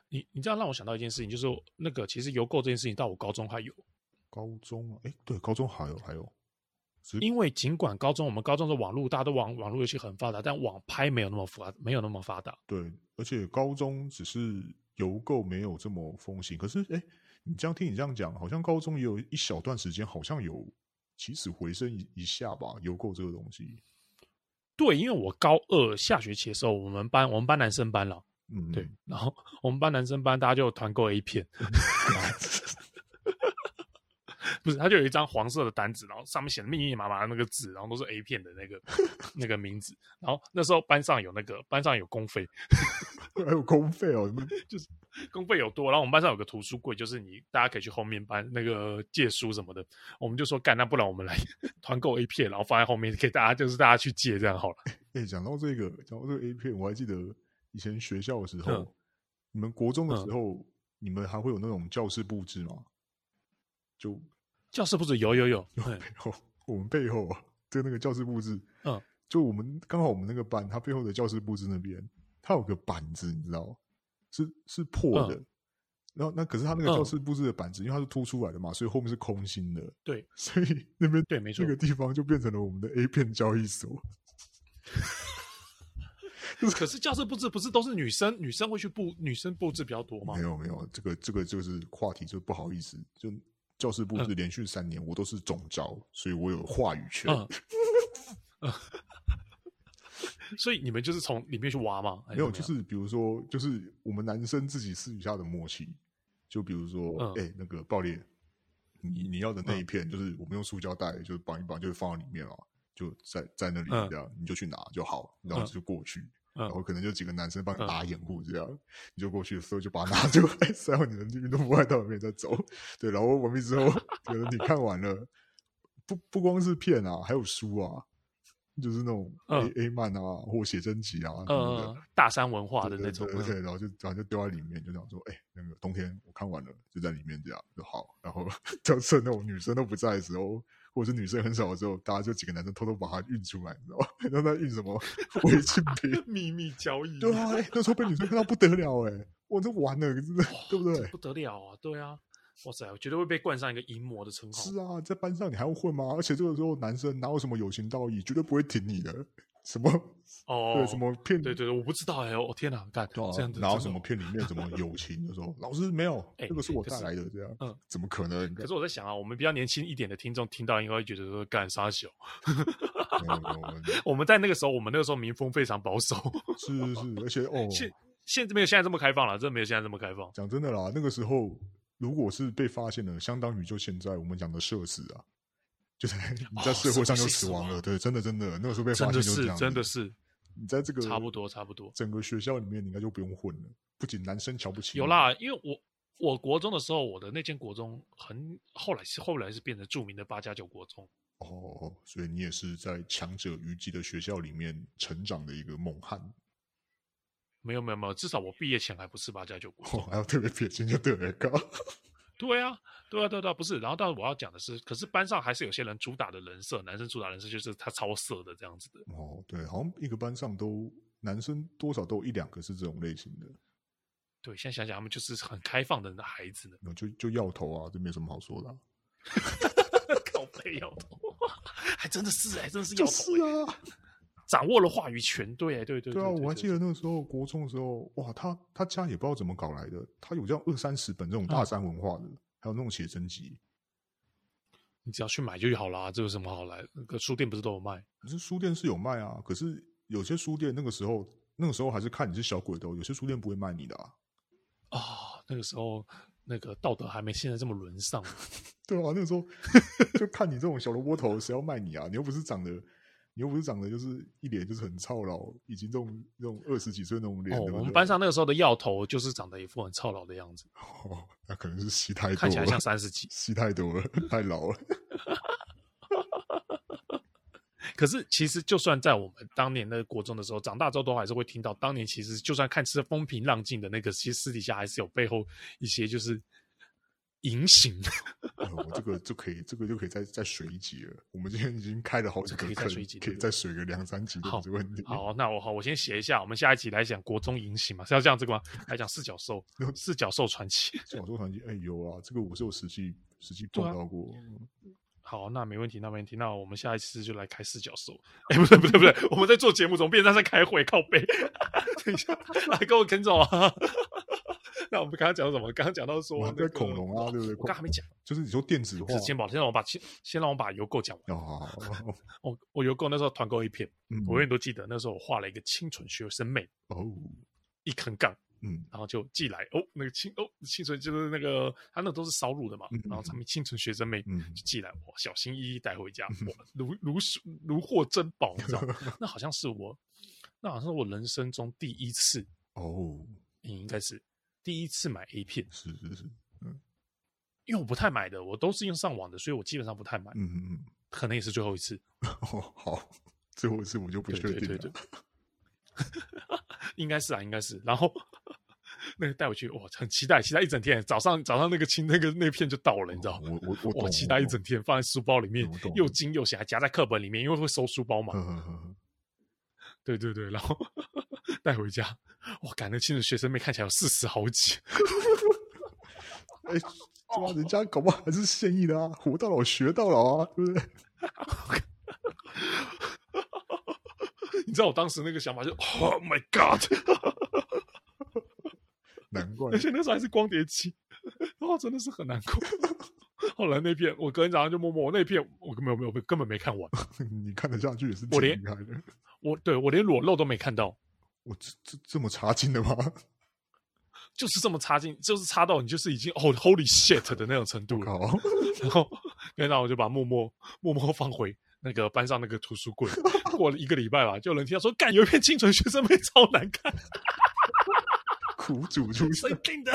A: 你你这样让我想到一件事情，就是那个其实邮购这件事情到我高中还有。
B: 高中啊，哎，对，高中还有还有，只
A: 因为尽管高中我们高中的网络大家都网网络游戏很发达，但网拍没有那么发没有那么发达。
B: 对，而且高中只是邮购没有这么风行，可是哎，你这样听你这样讲，好像高中也有一小段时间，好像有起死回生一一下吧，邮购这个东西，
A: 对，因为我高二下学期的时候，我们班我们班男生班了，
B: 嗯，
A: 对，然后我们班男生班大家就有团购 A 片， 不是，他就有一张黄色的单子，然后上面写的密密麻麻的那个字，然后都是 A 片的那 个那个名字。然后那时候班上有那个班上有公费，
B: 还有公费哦，你们
A: 公费有多，然后我们班上有个图书柜，就是你大家可以去后面班那个借书什么的。我们就说干，那不然我们来 团购 A 片，然后放在后面给大家，就是大家去借这样好了。
B: 哎、讲到这个，讲到这个 A 片，我还记得以前学校的时候，
A: 嗯
B: 你们国中的
A: 嗯
B: 时候，你们还会有那种教室布置吗？就
A: 教室不是有有有，嗯
B: 背后，我们背后啊，对那个教室布置，
A: 嗯，
B: 就我们刚好我们那个班，它背后的教室布置那边，它有个板子，你知道吗，是是破的。然后那可是它那个教
A: 嗯
B: 室布置的板子，因为它是凸出来的嘛，所以后面是空心的。
A: 对，
B: 所以那边
A: 对没错
B: 那个地方就变成了我们的 A 片交易所。
A: 可是教室布置不是都是女生女生会去布女生布置比较多吗
B: 没？有没有，这个这个就是话题，就不好意思，就教室布置连续三年，我都是总招，所以我有话语权。
A: 嗯。
B: 嗯
A: 所以你们就是从里面去挖吗？还
B: 没有，
A: 怎
B: 就
A: 么样
B: 是比如说，就是我们男生自己私底下的默契，就比如说，哎、
A: 嗯
B: 那个爆裂，你你要的那一片，就是我们用塑胶袋就是绑一绑，就放到里面啊，就在在那里
A: 嗯
B: 这样，你就去拿就好，然后
A: 嗯
B: 就过去，
A: 嗯
B: 然后可能就几个男生帮你
A: 嗯
B: 打掩护这样，你就过去的时候就把它拿出来，塞到你的运动服外套里面再走，对，然后完毕之后，可能你看完了，不不光是片啊，还有书啊。就是那种 A、
A: 嗯
B: A 漫啊，或写真集啊什么的
A: 呃，大山文化的
B: 对
A: 那
B: 对
A: 种，
B: 对对对，然后就然后就丢在里面，就想说，哎、那个冬天我看完了，就在里面这样就好。然后就趁那种女生都不在的时候，或者是女生很少的时候，大家就几个男生偷偷把它运出来，你知道吗？ 然后他运什 么违禁 品？
A: 秘密交易，
B: 对啊，哎、那时候被女生看到不得了、哎，我都完了，真的，对不
A: 这
B: 对？
A: 不得了啊！对啊，哇塞，我绝对会被冠上一个淫魔的称号。
B: 是啊，在班上你还要混吗？而且这个时候男生哪有什么有情道义，绝对不会挺你的。什么、
A: 哦
B: 对，什？么骗
A: 对对对，我不知道哎、我、天哪，干、
B: 对啊
A: 这样子，
B: 然后
A: 这
B: 什
A: 种
B: 么？骗里面什么友情，就说 老师没有，
A: 哎
B: 这个是我
A: 可
B: 带
A: 是
B: 来的，这样，
A: 嗯，
B: 怎么可能？
A: 可是我在想啊，我们比较年轻一点的听众听到应该会觉得说干啥小。
B: 没有没有，我们
A: 我们在那个时候，我们那个时候民风非常保守，
B: 是是，而且哦，
A: 现现在没有现在这么开放了，真的没有现在这么开放。
B: 讲真的啦，那个时候如果是被发现了，相当于就现在我们讲的社死啊，就是你在
A: 哦
B: 社会
A: 社
B: 上就
A: 会
B: 死
A: 死
B: 亡
A: 亡
B: 了。对，真的真的，那个时候被
A: 真
B: 发现
A: 的
B: 就是这
A: 是
B: 样，，
A: 真的，是
B: 你在这个
A: 差不多，差不多。
B: 整个学校里面，你应该就不用混了。不仅男生瞧不起，
A: 有，啦，因为我我国中的时候，我的那间国中很后来是后来是变成著名的八加九国中。
B: 哦，所以你也是在强者虞姬的学校里面成长的一个猛汉，
A: 没有没有没有，至少我毕业前还不是八加九国
B: 哦
A: 中。
B: 还要特别撇清就对了，高，
A: 对啊，对啊，对啊，对啊，不是。然后，但是我要讲的是，可是班上还是有些人主打的人设，男生主打人设就是他超色的这样子的。
B: 哦，对，好像一个班上都男生多少都有一两个是这种类型的，，
A: 对，现在想想，他们就是很开放的孩子呢
B: 就就要头啊，这没什么好说的啊、
A: 靠背摇头， 还真的是哎、真的是摇
B: 哦就
A: 头、
B: 是
A: 哎
B: 啊，
A: 掌握了话语权，对、哎对对
B: 对啊，我还记
A: 得
B: 得那个时候国中的时候，哇，他他家也不知道怎么搞来的，他有这样二三十本这种大山文化的，还有那种写真集，
A: 你只要去买就好啦，这有什么好来？那个书店不是都有卖？
B: 可是书店是有卖啊，可是有些书店那个时候那个时候还是看你是小鬼的哦，有些书店不会卖你的啊，
A: 啊、那个时候那个道德还没现在这么沦丧。
B: 对啊，那个时候 就看你这种小萝卜头，谁要卖你啊？你又不是长得。你又不是长得就是一脸就是很操劳，已经这种这种二十几岁那种脸，
A: 哦，
B: 对不
A: 我们
B: 对
A: 班上那个时候的药头就是长得一副很操劳的样子，
B: 哦，那可能是吸太多了，
A: 看起来像三十几。
B: 吸太多了，太老了。
A: 可是其实就算在我们当年的国中的时候，长大之后都还是会听到，当年其实就算看似风平浪静的那个，其实私底下还是有背后一些就是隐形，
B: 哎呦，这个就可以，这个就可以再再水一集了。我们今天已经开了好几
A: 这
B: 个
A: 可以再
B: 坑，
A: 水一集
B: 可
A: 对
B: 以
A: 不对
B: 再水个两三集都
A: 好
B: 没问题。
A: 好，那我好，我先写一下，我们下一集来讲国中隐形嘛，是要这样子吗？来讲四角 兽，四角兽传奇。
B: 小说传奇，哎有啊，这个我是有实际实际
A: 对
B: 碰
A: 啊
B: 到过。
A: 好，那没问题，那没问题，那我们下一次就来开四角兽。哎，不对，不对，不对，我们在做节目，怎么变成在开会靠背？ 等一下，来跟我跟走啊！ 那我们刚刚讲到什么？刚刚讲到说
B: 我们
A: 那
B: 还
A: 个
B: 在恐龙啊，对不对？
A: 我刚还没讲。
B: 就是你说电子化
A: 是，先把先让我把先先让我把邮购讲完。
B: 哦，好好好 好
A: 我我邮购那时候团购一片，
B: 嗯，
A: 我永远都记得那时候我画了一个清纯学生妹
B: 哦，
A: 一根杠，
B: 嗯，
A: 然后就寄来哦，那个清哦清纯就是那个他那都是烧录的嘛
B: 嗯，
A: 然后上面清纯学生妹
B: 嗯
A: 就寄来，我小心翼翼带回家， 哇，如如如获珍宝，你知道吗？ 那好像是我，那好像是我人生中第一次，
B: 哦，
A: 你应该是第一次买 A 片，
B: 是是是，
A: 因为我不太买的，我都是用上网的，所以我基本上不太买，
B: 嗯嗯嗯，
A: 可能也是最后一次。
B: 哦好，最后一次我就不
A: 对
B: 确
A: 对
B: 定
A: 对
B: 了。
A: 对， 应该是啊，应该是。然后 那个带回去，哇，很期待，期待一整天。早上早上那个青那个那片就到了，你知道
B: 我
A: 吗？
B: 我我
A: 哇，
B: 懂
A: 期待一。
B: 我
A: 整天，放在书包里面
B: 我懂，
A: 又惊又喜，还夹在课本里面，因为会收书包嘛。
B: 懂呵呵呵呵
A: 对对对，然后 带回家，哇，感觉亲的学生妹看起来有四十好几，
B: 哎，他妈人家搞不好还是现役的啊，活到老学到老啊，对不对？
A: 你知道我当时那个想法就 Oh my God！
B: 难怪
A: 而且那时候还是光碟机，然后真的是很难过。 后来那片，我隔天早上就默默，我那片我根本没有，我根本没看完。
B: 你看得下去也是挺
A: 我连
B: 厉害的。
A: 我对我连裸露都没看到，
B: 我这这这么差劲的吗？
A: 就是这么插进，就是插到你就是已经哦 holy shit 的那种程度了。
B: 靠！
A: 然后，然后我就把默默默默放回那个班上那个图书柜。过了一个礼拜吧，就有人听到说，干有一篇清纯学生妹超难看，
B: 苦主出
A: 神
B: 身，
A: 经的，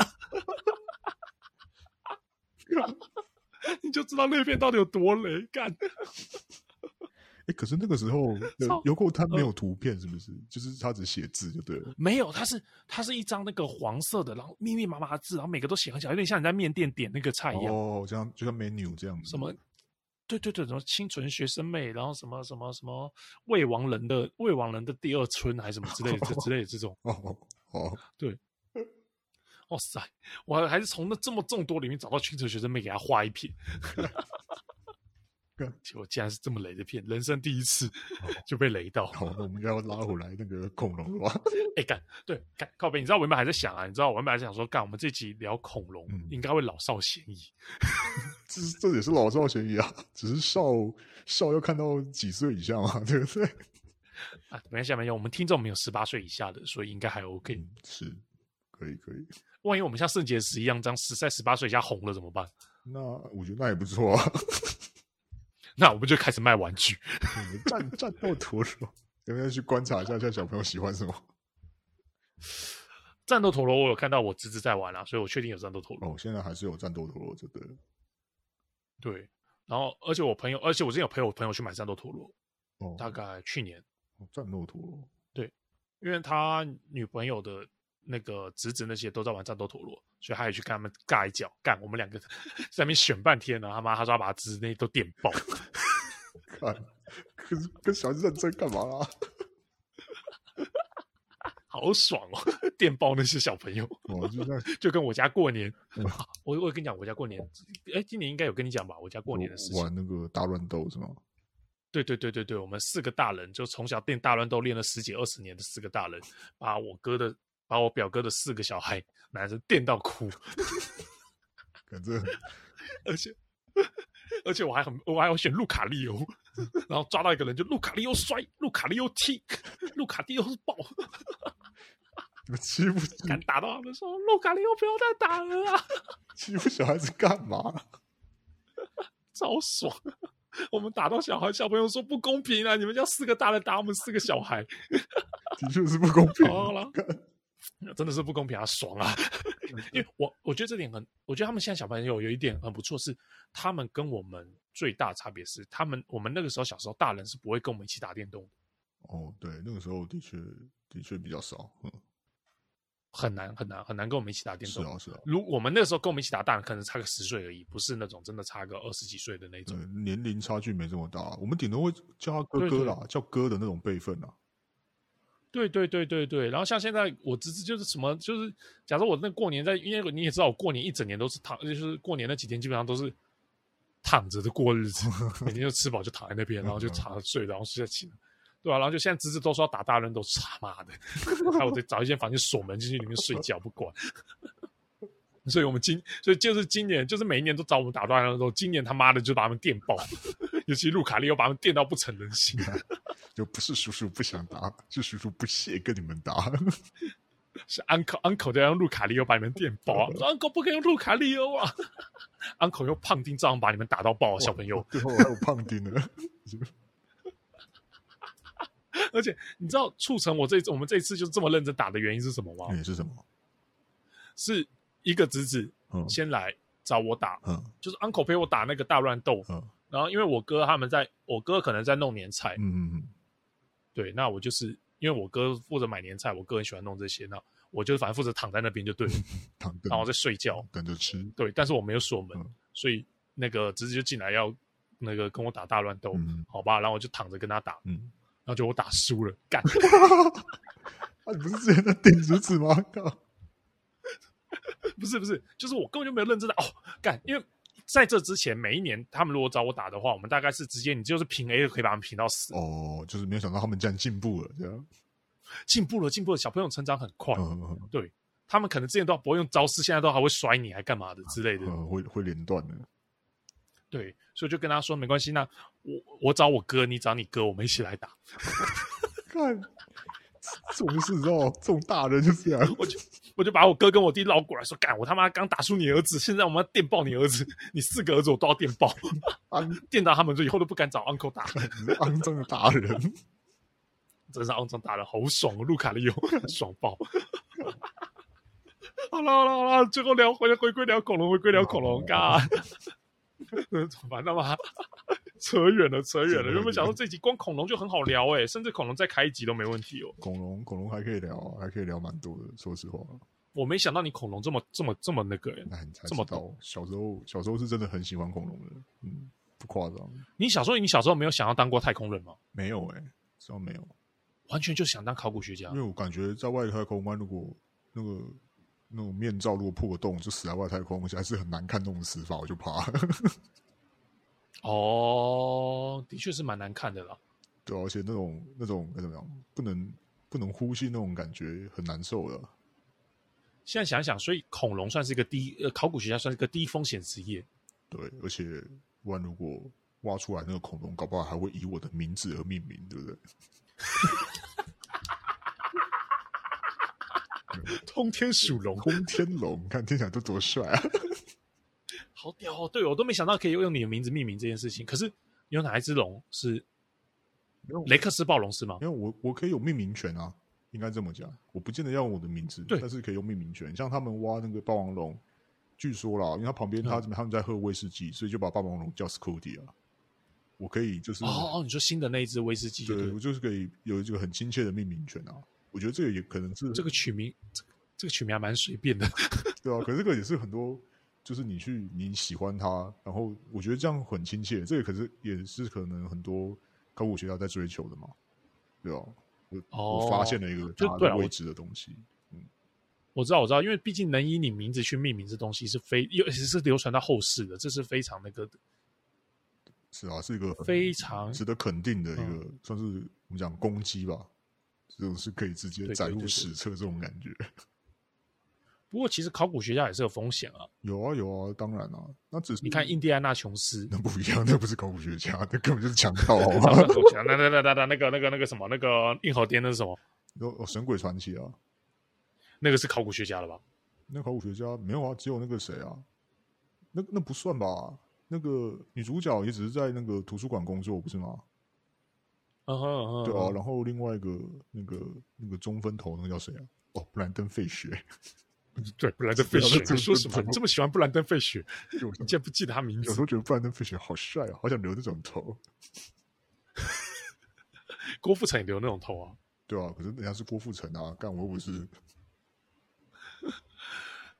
A: 你就知道那篇到底有多雷干。
B: 哎，可是那个时 候呃
A: 超
B: 油垢滩没有图片，是不是？就是他只写字就对了。
A: 没有，它是它是一张那个黄色的，然后密密麻麻的字，然后每个都写很小，有点像你在面店点那个菜一样。
B: 哦，就像就像 menu 这样子。
A: 什么？对对对，什么清纯学生妹，然后什么什么什么未亡人的未亡人的第二春，还是什么之类的之类的这种。
B: 哦哦，
A: 哇塞，我还还是从那这么众多里面找到清纯学生妹，给她画一篇
B: 干。哦
A: 结果竟然是这么雷的片，人生第一次 就被雷到。
B: 好，那我们应该要拉回来那个恐龙了吧？
A: 哎干，对干靠背，你知道我原本还在想啊，你知道我原本还在想说，干我们这集聊恐龙、
B: 嗯
A: 应该会老少咸宜。
B: 这是这也是老少咸宜啊，只是少少要看到几岁以下嘛， 对不对？
A: 啊，没关系，没关系，我们听众没有十八岁以下的，所以应该还 OK。
B: 嗯，是，可以可以。
A: 万一我们像圣结石一样，这样十在十八岁以下红了怎么办？
B: 那我觉得那也不错 啊，
A: 那我们就开始卖玩具。
B: 我们战战斗陀 螺，有没有去观察一下，现在小朋友喜欢什么？
A: 战斗陀螺我有看到我侄子在玩啊，所以我确定有战斗陀螺。
B: 哦，现在还是有战斗陀螺，就对了。
A: 对，然后而且我朋友，而且我之前有陪我朋友去买战斗陀螺，
B: 哦，
A: 大概去年，
B: 哦战斗陀螺，
A: 因为他女朋友的那个侄子那些都在玩战斗陀螺，所以他也去跟他们尬一脚，干我们两个 在那边选半天，然啊后他妈他说他把侄子那些都电爆。
B: 看，可是跟小孩子认真干嘛啊啦？
A: 好爽哦！ 电爆那些小朋友，
B: 哦，就像
A: 就跟我家过年，
B: 嗯
A: 啊我我跟你讲，我家过年，哎，今年应该有跟你讲吧？我家过年的事情，
B: 玩那个大乱斗是吗？
A: 对对对对对，我们四个大人就从小练大乱斗练了十几二十年的四个大人，把我哥的把我表哥的四个小孩男生电到哭，
B: 感觉
A: 而且而且我还很我还要选路卡利欧，然后抓到一个人就路卡利欧摔，路卡利欧踢，路卡利欧爆，
B: 你们 欺负
A: 敢打到他们说路卡利欧不要再打了啊！
B: 欺负小孩子干嘛？啊
A: 超爽！啊我们打到小孩，小朋友说不公平啊！你们家四个大人打我们四个小孩，
B: 的确是不公平。
A: 好了，真的是不公平啊！爽啊！因为我我觉得这点很，我觉得他们现在小朋友有一点很不错，是他们跟我们最大差别是，他们我们那个时候小时候大人是不会跟我们一起打电动的，
B: 哦，对，那个时候的确的确比较少。嗯，
A: 很难很难很难跟我们一起打电
B: 是
A: 动。
B: 啊，是啊，
A: 如我们那时候跟我们一起打，大人可能差个十岁而已，不是那种真的差个二十几岁的那
B: 对
A: 种。，
B: 年龄差距没这么大。啊我们顶多会叫他哥
A: 对
B: 哥
A: 对
B: 啦，叫哥的那种辈分啊。
A: 对对对对对，然后像现在我侄子就是什么，就是假如我那过年在，因为你也知道我过年一整年都是躺，就是过年那几天基本上都是躺着的过日子，每天就吃饱就躺在那边，然后就躺着睡，然后睡再起来，对吧、然后就现在侄子都说要打大人，都是他妈的，还有我得找一间房间锁门进去里面睡觉不管。 所以我们今，所以就是今年，就是每一年都找我们打大人，都今年他妈的就把他们电爆， 尤其路卡利又把他们电到不成人形。
B: 就不是叔叔不想打，是叔叔不屑跟你们打。
A: 是 uncle uncle 在用路卡利欧把你们电爆啊我说，uncle 不可以用路卡利欧啊，uncle 用胖丁照样把你们打到爆、啊，小朋友。
B: 最后还有胖丁呢，
A: 而且你知道促成我这我们这一次就这么认真打的原因是什么吗？
B: 也是什么？
A: 是一个侄子
B: 嗯
A: 先来找我打，
B: 嗯
A: 就是 uncle 陪我打那个大乱斗，
B: 嗯
A: 然后因为我哥他们在，我哥可能在弄年菜，
B: 嗯嗯
A: 对，那我就是因为我哥负责买年菜，我哥很喜欢弄这些，那我就反正负责躺在那边就对了，
B: 嗯，躺
A: 然后
B: 等
A: 在睡觉，
B: 等着吃。
A: 对，但是我没有锁门，
B: 嗯
A: 所以那个侄子就进来要那个跟我打大乱斗，
B: 嗯
A: 好吧，然后我就躺着跟他打，
B: 嗯，
A: 然后就我打输了，干，
B: 啊，你不是之前在顶侄子吗？ 靠，
A: 不是不是，就是我根本就没有认真的哦，干，因为在这之前每一年他们如果找我打的话，我们大概是直接你就是平 A 就可以把他们平到死，
B: 哦，就是没有想到他们竟然进步了，这样。
A: 进步了进步了，小朋友成长很快，
B: 嗯嗯
A: 他们可能之前都不会用招式，现在都还会甩你，还干嘛的之类的，
B: 嗯，会会连段的。
A: 对，所以就跟他说没关系，那我我找我哥，你找你哥，我们一起来打，
B: 看，这种事你知道，这种大人就是这样。
A: 我就我就把我哥跟我弟捞过来说，干我他妈刚打输你儿子，现在我们要电爆你儿子，你四个儿子我都要电爆，
B: 肮
A: 电到他们就以后都不敢找 uncle 打，
B: 肮脏的大人，
A: 真是肮脏打的好爽哦，路卡利欧爽爆。 好了好了好了，最后聊回回归聊恐龙，回归聊恐龙，嘎。烦了吗？扯远了，扯远
B: 扯
A: 了。
B: 远
A: 原本想说
B: 了
A: 这集光恐龙就很好聊哎、甚至恐龙再开一集都没问题哦。
B: 恐龙恐龙还可以聊啊，还可以聊蛮多的。说实话，
A: 我没想到你恐龙这么这么这么那个哎、
B: 那你才
A: 这
B: 知
A: 么
B: 道，小时候小时候是真的很喜欢恐龙的，嗯，不夸张，
A: 你小时候你小时候没有想要当过太空人吗？
B: 没有哎、知道没有？
A: 完全就想当考古学家
B: 因为。我感觉在外太空，湾如果那个那种面罩如果破个洞，就死在外太空，而且还是很难看那种死法，我就怕。
A: 哦，的确是蛮难看的啦。
B: 对啊、而且那种那种该怎么样，不能不能呼吸那种感觉很难受的。
A: 现在想想，所以恐龙算是一个低呃，考古学家算是个低风险职业。
B: 对，而且万如果挖出来那个恐龙，搞不好还会以我的名字而命名，对不对？
A: 通天属龙，
B: 通天龙，你 看听起来都多帅啊！
A: 好屌哦！对，我都没想到可以用你的名字命名这件事情。可是有哪一只龙是
B: 没有
A: 雷克斯暴龙是吗？
B: 因为我我可以有命名权啊，应该这么讲，我不见得要用我的名字，
A: 对
B: 但是可以用命名权。像他们挖那个霸王龙，据说啦，因为他旁
A: 嗯
B: 边他、他们在喝威士忌，所以就把霸王龙叫 Scody 啊。我可以就是
A: 哦哦，你说新的那一只威士忌就对
B: 对
A: 了，
B: 我就是可以有一个很亲切的命名权啊。我觉得这个也可能是
A: 这个取名，这个这个取名还蛮随便的。
B: 对啊，可是这个也是很多，就是你去你喜欢它，然后我觉得这样很亲切，这个可是也是可能很多考古学家在追求的嘛，对啊，我、
A: 哦
B: 我发现了一个
A: 就
B: 它
A: 对
B: 的
A: 啊我
B: 位置的东西，
A: 我知道，我知道，因为毕竟能以你名字去命名这东西是非，尤其是流传到后世的，这是非常那个的
B: 是啊，是一个很
A: 非常嗯
B: 值得肯定的一个，算是我们讲攻击吧，这种是可以直接
A: 对
B: 载
A: 对对
B: 入
A: 对
B: 史册这种感觉。
A: 不过其实考古学家也是有风险啊。
B: 有啊有啊，当然啊，那只是
A: 你看印第安纳琼斯，
B: 那不一样，那不是考古学家，那根本就是强盗，好
A: 长
B: 吗？
A: 上头强，那那那那那那个那个那个什么那个硬核颠那是什么？
B: 有有神鬼传奇啊，
A: 那个是考古学家了吧？
B: 那考古学家没有啊，只有那个谁啊，那那不算吧？那个女主角也只是在那个图书馆工作，不是吗？
A: 嗯哼嗯哼，
B: 对啊，
A: 嗯哼
B: 然后另外一个那个那个中分头那个叫谁啊？哦，布兰登·费雪，
A: 对，布兰登费
B: 对啊
A: 雪
B: 那，这
A: 你
B: 个
A: 说
B: 是
A: 什么？嗯
B: 怎么
A: 你这么喜欢布兰登费雪，
B: 有
A: 你竟然不记得他名
B: 有时
A: 字？
B: 候觉得布兰登·费雪好帅啊，好想留那种头。
A: 郭富城也留那种头啊。
B: 对啊，可是人家是郭富城啊，干我又不是。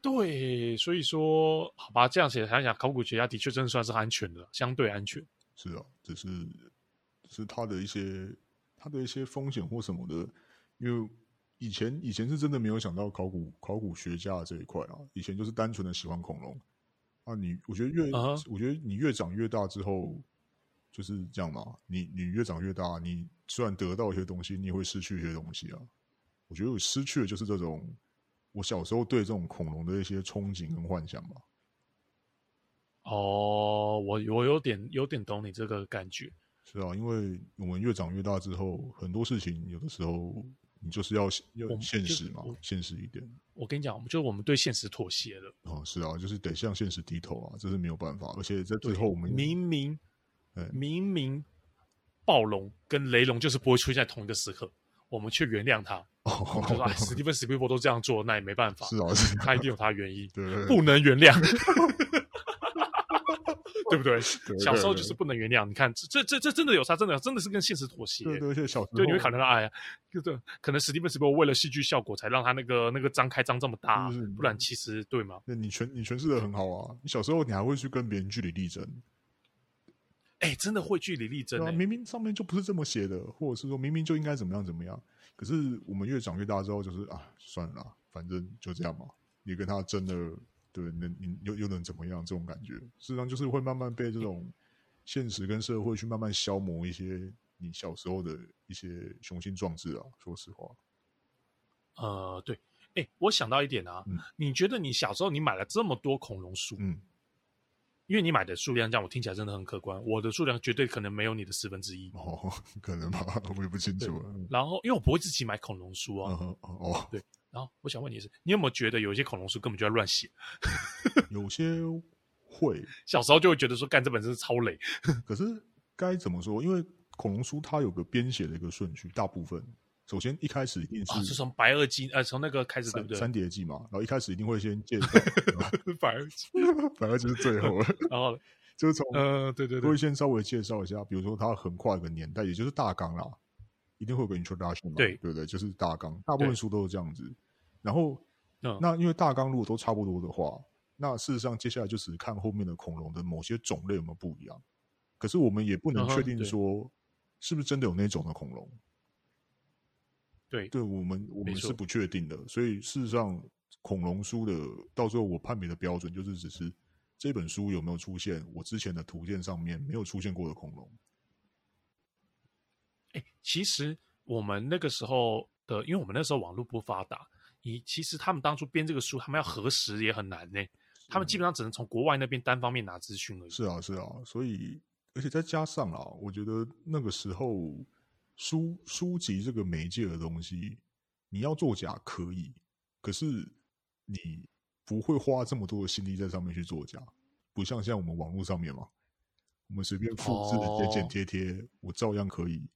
A: 对，所以说，好吧，这样写想想，考古学家的确真的算是安全的，相对安全。
B: 是啊，只是只是他的一些他的一些风险或什么的，因为以前以前是真的没有想到考古考古学家这一块啊，以前就是单纯的喜欢恐龙啊你。我觉得越、
A: 啊哈
B: 我觉得你越长越大之后就是这样嘛，你你越长越大，你虽然得到一些东西，你也会失去一些东西啊。我觉得我失去的就是这种我小时候对这种恐龙的一些憧憬跟幻想吧。
A: 哦，我我有点有点懂你这个感觉。
B: 是啊，因为我们越长越大之后，很多事情有的时候你就是要
A: 我
B: 要
A: 们
B: 现
A: 就是
B: 实嘛
A: 我，
B: 现实一点。
A: 我跟你讲，就是我们对现实妥协了。
B: 哦，是啊，就是得向现实低头啊，这是没有办法。而且在最
A: 对
B: 后，我们
A: 明明
B: 哎
A: 明明暴龙跟雷龙就是不会出现在同一个时刻，我们却原谅他。
B: 哦
A: 就说哎，史蒂芬史皮伯都这样做，那也没办法，
B: 是啊， 是啊，
A: 他一定有他的原因，
B: 对，
A: 不能原 谅，对不对？
B: 对
A: 小时候就是不能原谅。你看，这这这这真的有差，真的真的是跟现实妥协。
B: 对对，而且小时候
A: 对，你会考虑到，哎呀，就是可能史蒂芬史皮伯为了戏剧效果才让他那个那个张开张这么大
B: 是是，
A: 不然其实对吗？
B: 那你诠你诠释的很好啊。你小时候你还会去跟别人据理力争，
A: 哎，真的会据理力争
B: 对啊，
A: 哎。
B: 明明上面就不是这么写的，或者是说明明就应该怎么样怎么样。可是我们越长越大之后，就是啊，算了啦，反正就这样嘛。你跟他争了，对，能你又又能怎么样？这种感觉，事实上就是会慢慢被这种现实跟社会去慢慢消磨一些你小时候的一些雄心壮志啊。说实话，
A: 呃，对，哎，我想到一点啊
B: 嗯，
A: 你觉得你小时候你买了这么多恐龙书，
B: 嗯，
A: 因为你买的数量这样，我听起来真的很可观，我的数量绝对可能没有你的十分之一。
B: 哦， 可能吧，我也不清楚啊。
A: 然后，因为我不会自己买恐龙书啊。
B: 嗯哼，哦，
A: 然后，我想问你的是，你有没有觉得有一些恐龙书根本就在乱写？
B: 有些会，
A: 小时候就会觉得说，干这本真是超累。
B: 可是该怎么说？因为恐龙书它有个编写的一个顺序，大部分首先一开始一定
A: 啊，是
B: 是
A: 从白垩纪呃，从那个开始，对
B: 三
A: 不对？
B: 三叠纪嘛，然后一开始一定会先介绍，
A: 白垩纪，
B: 反正就是最后了。
A: 然后
B: 就是从
A: 呃，对对
B: 我会
A: 对，
B: 先稍微介绍一下，比如说它横跨一个年代，也就是大纲啦，一定会有个 introduction 嘛，
A: 对
B: 对不对？就是大纲，大部分
A: 对
B: 书都是这样子。然后
A: 嗯，
B: 那因为大纲如果都差不多的话，那事实上接下来就只看后面的恐龙的某些种类有没有不一样。可是我们也不
A: 嗯
B: 能
A: 哼
B: 确定
A: 对
B: 说是不是真的有那种的恐龙，
A: 对
B: 对我们我
A: 没
B: 们
A: 错
B: 是不确定的。所以事实上，恐龙书的到最后我判别的标准就是只是这本书有没有出现我之前的图鉴上面没有出现过的恐龙。
A: 哎，其实我们那个时候的，因为我们那时候网络不发达，你其实他们当初编这个书，他们要核实也很难呢。他们基本上只能从国外那边单方面拿资讯而已。
B: 是啊，是啊，所以而且再加上啦，我觉得那个时候书书籍这个媒介的东西，你要作假可以，可是你不会花这么多的心力在上面去作假，不像现在我们网络上面嘛，我们随便复制、
A: 哦
B: 剪剪贴贴，我照样可以，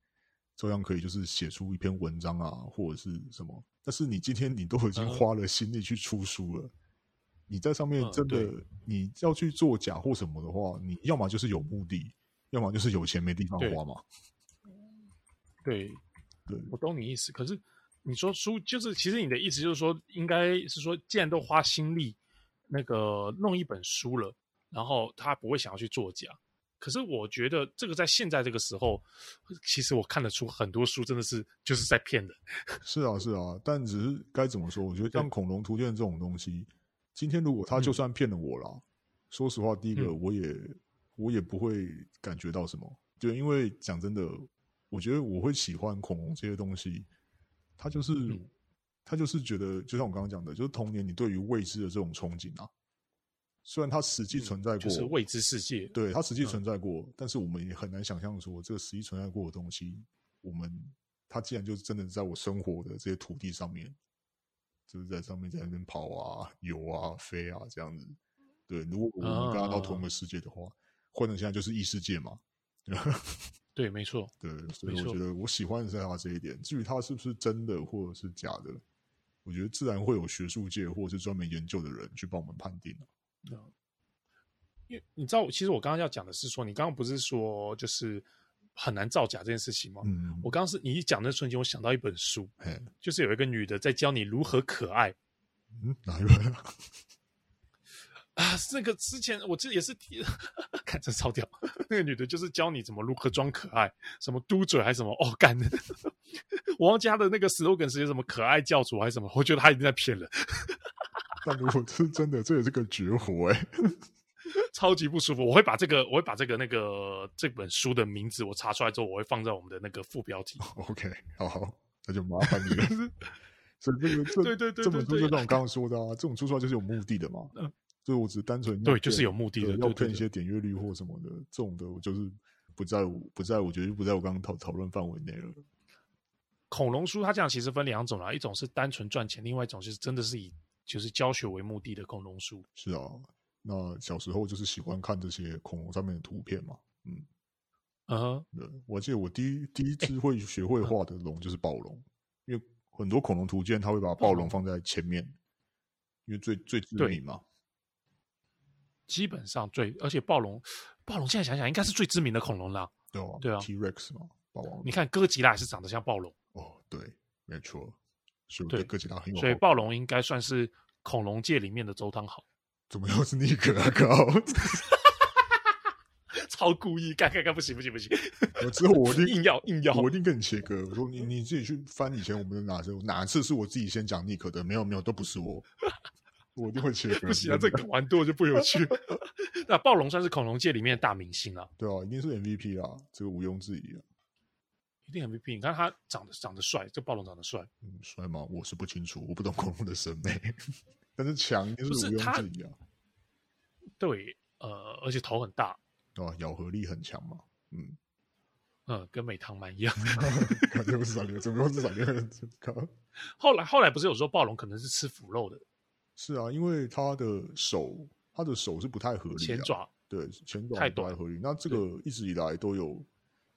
B: 照样可以，就是写出一篇文章啊，或者是什么。但是你今天你都已经
A: 嗯
B: 花了心力去出书了，你在上面
A: 嗯
B: 真的、
A: 对
B: 你要去做假或什么的话，你要么就是有目的，要么就是有钱没地方
A: 对
B: 花嘛。
A: 对，
B: 对
A: 我懂你意思。可是你说书，就是其实你的意思就是说，应该是说，既然都花心力那个弄一本书了，然后他不会想要去作假。可是我觉得这个在现在这个时候，其实我看得出很多书真的是就是在骗人。
B: 是啊，是啊，但只是该怎么说？我觉得像恐龙图鉴这种东西，今天如果他就算骗了我啦，说实话，第一个
A: 嗯
B: 我也、我也不会感觉到什么。对，因为讲真的，我觉得我会喜欢恐龙这些东西，他就是、
A: 嗯
B: 他就是觉得，就像我刚刚讲的，就是童年你对于未知的这种憧憬啊，虽然它实际存在过，
A: 嗯就是未知世界。
B: 对，它实
A: 嗯
B: 际存在过，但是我们也很难想象说这个实际存在过的东西，我们它既然就真的在我生活的这些土地上面，就是在上面在那边跑啊、游啊、飞啊这样子。对，如果我们跟它到
A: 啊
B: 同一个世界的话，换成现在就是异世界嘛。
A: 对，没错。
B: 对，所以
A: 没
B: 我
A: 错
B: 觉得我喜欢的是它这一点。至于它是不是真的或者是假的，我觉得自然会有学术界或者是专门研究的人去帮我们判定啊、
A: 因为你知道，其实我刚刚要讲的是说，你刚刚不是说就是很难造假这件事情吗？
B: 嗯，
A: 我刚刚是你一讲那瞬间，我想到一本书，
B: 嘿，
A: 就是有一个女的在教你如何可爱
B: 嗯，哪一位啊？
A: 啊。那个之前我这也是提，看这超屌， 那个女的就是教你怎么如何装可爱，什么嘟嘴还是什么哦干， 我忘记她的那个 slogan 是什么可爱教主还是什么，我觉得她一定在骗人，
B: 但如果这是真的，这也是个绝活哎、
A: 超级不舒服。我会把这个，我会把这个那个这本书的名字我查出来之后，我会放在我们的那个副标题。
B: OK，好好，那就麻烦你 了。所以这个这
A: 对对对
B: 这
A: 对
B: 本书
A: 对
B: 就像我刚刚说的啊，这种出出来就是有目的的嘛。
A: 嗯
B: 所以我只是单纯要
A: 对，就是
B: 骗
A: 有目的的，
B: 对
A: 对
B: 要
A: 对
B: 骗一
A: 对
B: 些点阅率或什么的，这种的我就是不在我不在我觉得就不在我刚刚讨讨论范围内了。
A: 恐龙书它这样其实分两种啦，一种是单纯赚钱，另外一种就是真的是以就是教学为目的的恐龙书。
B: 是啊，那小时候就是喜欢看这些恐龙上面的图片嘛。嗯，
A: 嗯哼，
B: 对，我记得我第一第一次会学会画的龙就是暴龙，因为很多恐龙图鉴它会把暴龙放在前面，因为最最知
A: 哦对
B: 名嘛。
A: 基本上最，而且暴龙，暴龙现在想想应该是最知名的恐龙啦。
B: 对啊，
A: 对啊
B: ，T Rex 嘛，霸王
A: 你看哥吉拉也是长得像暴龙，
B: 哦，对，没错，所以我对
A: 对
B: 哥吉拉很有好
A: 所以
B: 感。
A: 暴龙应该算是恐龙界里面的周汤豪，
B: 怎么又是尼克啊？靠！
A: 超故意，干干干，不行不行不行，
B: 我之后我一定
A: 硬要硬要，
B: 我一定跟你切割。我说你你自己去翻以前我们的哪次哪次是我自己先讲尼克的？没有没有，都不是我，我一定会切 割。
A: 不行啊，
B: 真
A: 这
B: 的
A: 个玩多就不有 趣。那暴龙算是恐龙界里面的大明星了，
B: 对啊，一定是 MVP 啊，这个毋庸置疑啊。
A: 一定 MVP。你看他长得长得帅，这暴龙长得帅，
B: 嗯，帅吗？我是不清楚，我不懂恐龙的审美， 但是强一定
A: 不
B: 是
A: 是
B: 毋庸
A: 他
B: 置疑啊，
A: 对，呃，而且头很大，
B: 对吧、咬合力很强嘛。嗯，
A: 嗯，跟美汤蛮一样。
B: 感觉不是闪电，怎么又是闪电？ 靠！
A: 后来后来不是有说暴龙可能是吃腐肉的
B: 是啊，因为他的手，他的手是不太合理、啊，
A: 前爪，
B: 对前爪
A: 太
B: 是不太
A: 短
B: 合理。那这个一直以来都有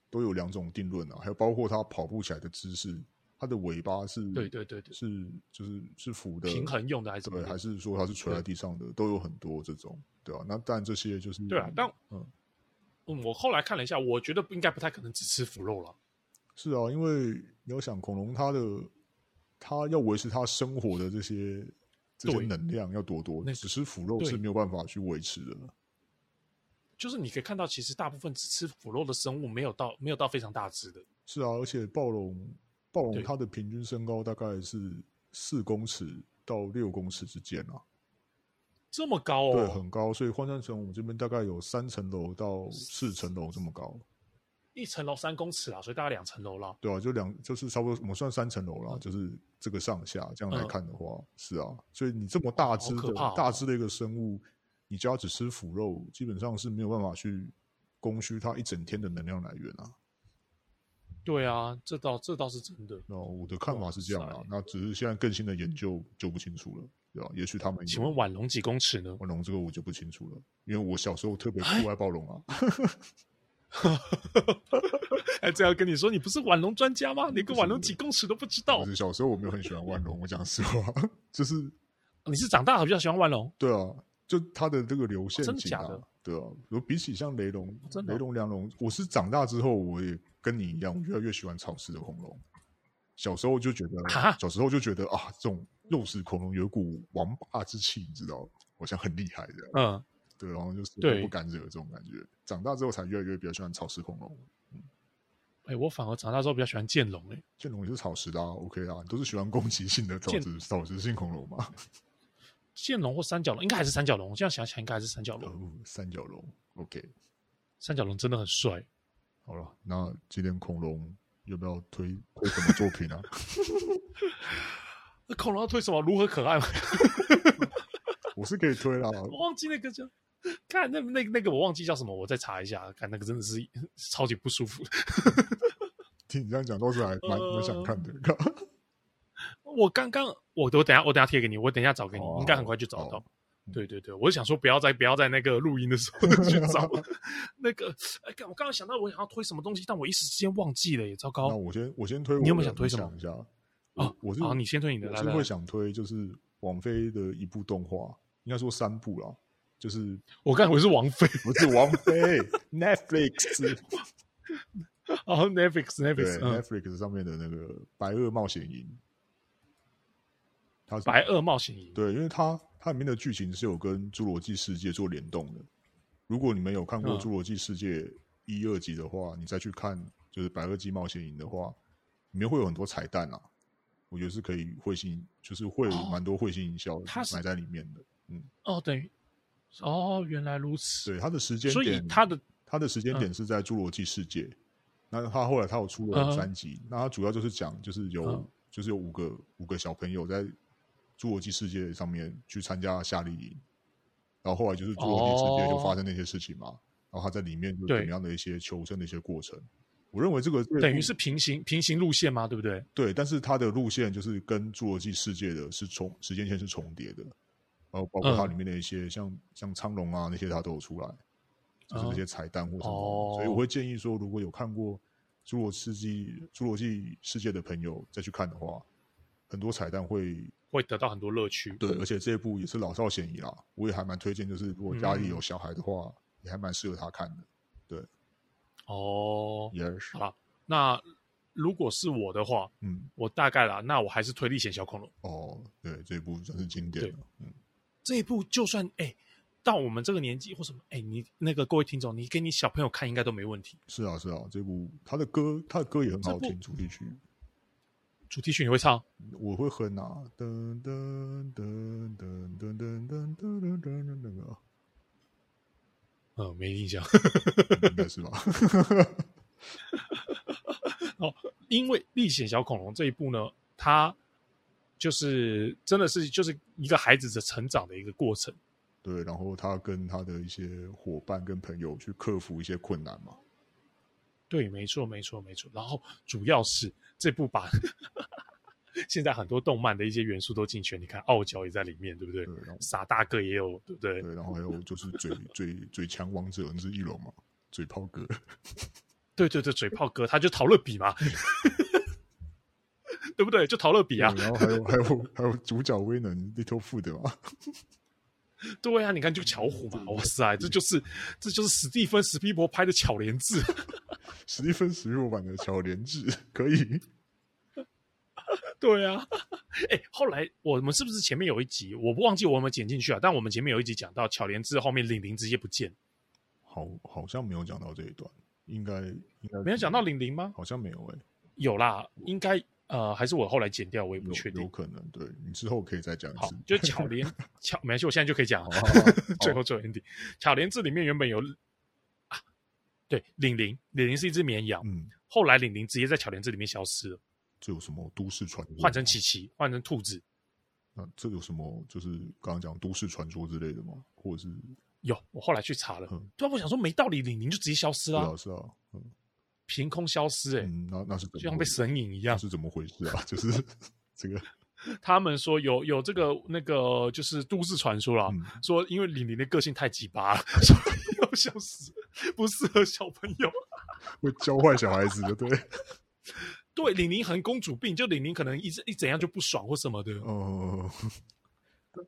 B: 都有两种定论啊，还有包括他跑步起来的姿势它的尾巴是，
A: 对对对对，
B: 是就是是浮的
A: 平衡用的还是怎么
B: 对，
A: 用的？
B: 还是说它是垂在地上的，都有很多这种，对啊，那但这些就是
A: 对啊，但
B: 嗯
A: 嗯，我后来看了一下，我觉得应该不太可能只吃腐肉了。
B: 是啊，因为你要想恐龙它的它要维持它生活的这些这些
A: 对
B: 能量要多多，
A: 那个
B: 只吃腐肉
A: 对
B: 是没有办法去维持的。
A: 就是你可以看到，其实大部分只吃腐肉的生物没有到没有到非常大只的，
B: 是啊，而且暴龙暴龙
A: 对
B: 它的平均身高大概是四公尺到六公尺之间啊，
A: 这么高
B: 对，
A: 哦，
B: 很高，所以换算成我们这边大概有三层楼到四层楼这么高。
A: 一层楼三公尺啊，所以大概两层楼了。
B: 对啊，就两就是差不多，我们算三层楼啦，
A: 嗯
B: 就是这个上下这样来看的话，是啊，所以你这么大只
A: 好
B: 的、
A: 可怕哦
B: 大只的一个生物，你只要只吃腐肉，基本上是没有办法去供需它一整天的能量来源啊。
A: 对啊，这倒这倒是真的。
B: 那我的看法是这样
A: 哇
B: 啊
A: 塞，
B: 那只是现在更新的研究就不清楚了，对啊吧、也许他们
A: 请问晚龙几公尺呢？
B: 万龙这个我就不清楚了，因为我小时候特别酷爱暴龙啊，
A: 哎，这要跟你说，你不是晚龙专家吗？连个晚龙几公尺都不知道
B: 就，是小时候我没有很喜欢万龙，我讲实话，就是
A: 你是长大了比较喜欢晚龙？
B: 对啊，就它的这个流线
A: 哦真的
B: 型
A: 假
B: 啊，
A: 的哦
B: 对啊，如果比起像雷龙、
A: 真的
B: 雷龙、梁龙，我是长大之后，我也跟你一样，我越来越喜欢草食的恐龙。小时候就觉得，
A: 啊
B: 小时候就觉得啊，这种肉食恐龙有一股王霸之气，你知道，好像很厉害的，
A: 嗯，
B: 对，然后就是
A: 对
B: 不敢惹这种感觉。长大之后才越来越比较喜欢草食恐龙，
A: 哎，我反而长大之后比较喜欢剑龙哎。
B: 剑龙也是草食的、啊、，OK 啊，你都是喜欢攻击性的草
A: 剑
B: 食草食性恐龙嘛？
A: 剑龙或三角龙，应该还是三角龙。我现在想想，应该还是三角龙。
B: 哦，三角龙，OK，
A: 三角龙真的很帅。
B: 好了，那今天恐龙要不要推推什么作品啊？
A: 那恐龙要推什么？如何可爱吗？
B: 我是可以推啦，
A: 我忘记那个叫， 看那那那个我忘记叫什么，我再查一下。看那个真的是 超级不舒服。
B: 听你这样讲，倒是还蛮
A: 呃
B: 蛮想看的。
A: 我刚刚我我等下我等下贴给你，我等一下找给你，
B: 哦
A: 应该很快就找到
B: 哦。
A: 对对对，我是想说不要在不要在那个录音的时候去 找那个。哎，干我刚刚想到我想要推什么东西，但我一时之间忘记了耶，糟
B: 那
A: 糕
B: 我先我先推我的，
A: 你有没有想推什么
B: 我一下
A: 啊
B: 我！我是
A: 好，你先推你的，
B: 我
A: 来
B: 是
A: 来
B: 会
A: 来，
B: 想推就是王菲的一部动画，应该说三部啦， 就是
A: 我刚才我是王菲，
B: 不是王菲 Netflix
A: 然后哦 Netflix
B: 对
A: Netflix，嗯，
B: Netflix 上面的那个《白垩冒险营》，它是
A: 白垩冒险营，
B: 对，因为它它里面的剧情是有跟《侏罗纪世界》做联动的。如果你们有看过
A: 嗯
B: 《侏罗纪世界》一、二集的话，你再去看就是《白垩纪冒险营》的话，里面会有很多彩蛋啊，我觉得是可以会心，就是会有
A: 哦
B: 蛮多会心一笑
A: 它是
B: 埋在里面的。
A: 哦，等于哦，原来如此，
B: 对，它的时间
A: 所以
B: 点，
A: 它的
B: 它的时间
A: 嗯
B: 点是在《侏罗纪世界》那它后来它有出了
A: 嗯
B: 三集，那它主要就是讲就是有、
A: 嗯
B: 就是有五个五个小朋友在《侏罗纪世界》上面去参加夏令营，然后后来就是《侏罗纪世界》
A: 哦
B: 就发生那些事情嘛，然后他在里面就怎
A: 对
B: 么样的一些求生的一些过程。我认为这个这个
A: 等于
B: 故
A: 是平行平行路线嘛，对不对？
B: 对，但是它的路线就是跟《侏罗纪世界》的是重时间线是重叠的，然后包括它
A: 嗯
B: 里面的一些、像像苍龙啊那些它都有出来，就是
A: 嗯
B: 那些彩蛋或什么。
A: 哦
B: 所以我会建议说，如果有看过《侏罗世纪》《侏罗纪世界》的朋友再去看的话，很多彩蛋会
A: 会得到很多乐趣。
B: 对，而且这一部也是老少咸宜啦，我也还蛮推荐，就是如果家里
A: 嗯
B: 有小孩的话，也还蛮适合他看的。
A: 哦，
B: 也是
A: 好，啦，那如果是我的话，
B: 嗯，
A: 我大概啦，那我还是推历险小恐龙
B: 哦，对，这一部算是经典
A: 对
B: 了，嗯，
A: 这一部，就算哎。到我们这个年纪或什么，哎，你那个各位听众，你给你小朋友看应该都没问题。
B: 是啊是啊，这部他的歌他的歌也很
A: 这
B: 好
A: 部
B: 听，主题曲。
A: 主题曲你会唱？
B: 我会哼啊，噔噔噔噔噔噔噔噔噔噔噔，那个
A: 嗯，没印象。
B: 应该是吧？
A: 因为《历险小恐龙》这一部呢，它就是真的是就是一个孩子的成长的一个过程。
B: 对，然后他跟他的一些伙伴跟朋友去克服一些困难嘛。
A: 对，没错，没错，没错。然后主要是这部把 现在很多动漫的一些元素都进去了，你看傲娇也在里面，对不对
B: 对？，然后
A: 傻大个也有，对不对？
B: 对，然后还有就是嘴嘴嘴强王者，那是翼龙嘛，嘴炮 哥。
A: 对对对，嘴炮哥他就讨论比嘛， 对不对？就陶乐比啊，
B: 对然后还有还有还有主角威能 Little Foot 嘛，
A: 对啊，你看就巧虎嘛，哇塞，这就是这就是史蒂芬史皮伯拍的巧莲智，
B: 史蒂芬史密版的小莲智可以，
A: 对啊， 哎、后来我们是不是前面有一集，我不忘记我有没有剪进去啊？但我们前面有一集讲到巧莲智后面玲玲直接不见，
B: 好好像没有讲到这一段，应该应该
A: 没有讲到，玲玲吗？
B: 好像没有哎、
A: 有啦，应该呃，还是我后来剪掉，我也不确
B: 有有
A: 定。
B: 可能，对你之后可哦以再讲一
A: 好
B: 次，，
A: 就巧莲 巧，没关系，我现在就可以讲了
B: 好。好好
A: 最后最后 ending，巧莲智里面原本有啊，对，玲玲，玲玲是一只绵羊，
B: 嗯，
A: 后来玲玲直接在巧莲智里面消失了，
B: 这有什么都市传说？
A: 换成琪琪，换成兔子。
B: 那这有什么就是刚刚讲都市传说之类的吗？或者是
A: 有，我后来去查了
B: 嗯，
A: 对啊，我想说没道理，玲玲就直接消失
B: 对
A: 了啊
B: 啊，，是啊，嗯
A: 凭空消失，哎，
B: 嗯，那那是怎么
A: 就像被
B: 回
A: 神隐一
B: 那
A: 样。
B: 是怎么回事啊？就是 这个，
A: 他们说有有这个那个就是都市传说啦，
B: 嗯，
A: 说因为李玲的个性太鸡巴了， 所以要消失，不适合小朋友。
B: 会教坏小孩子的，对，
A: 对，李玲很公主病，就李玲可能一直一怎样就不爽或什么的。
B: 哦，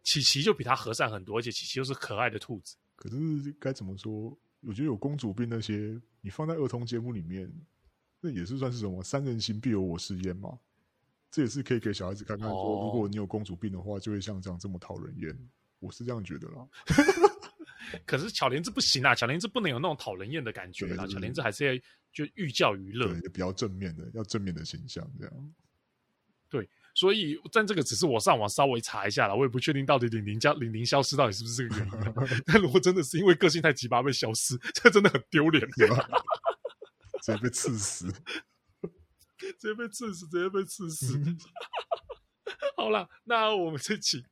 A: 琪琪就比她和善很多，而且琪琪又是可爱的兔子。
B: 可是该怎么说？我觉得有公主病那些，你放在儿童节目里面，那也是算是什么“三人行必有我师焉”嘛。这也是可以给小孩子看看说，
A: 哦
B: 如果你有公主病的话，就会像这样这么讨人厌。我是这样觉得啦。
A: 可是巧莲子不行啊，巧莲子不能有那种讨人厌的感觉啦，
B: 对就是
A: 巧莲子还是要就寓教于乐
B: 对，。比较正面的，要正面的形象这样。
A: 所以，但这个只是我上网稍微查一下啦，我也不确定到底李玲消李玲消失到底是不是这个原因啊。 但如果真的是因为个性太鸡巴被消失， 这真的很丢脸。
B: 对吧？直接被刺死。
A: 直接被刺死，直接被刺死。 好啦，那我们这期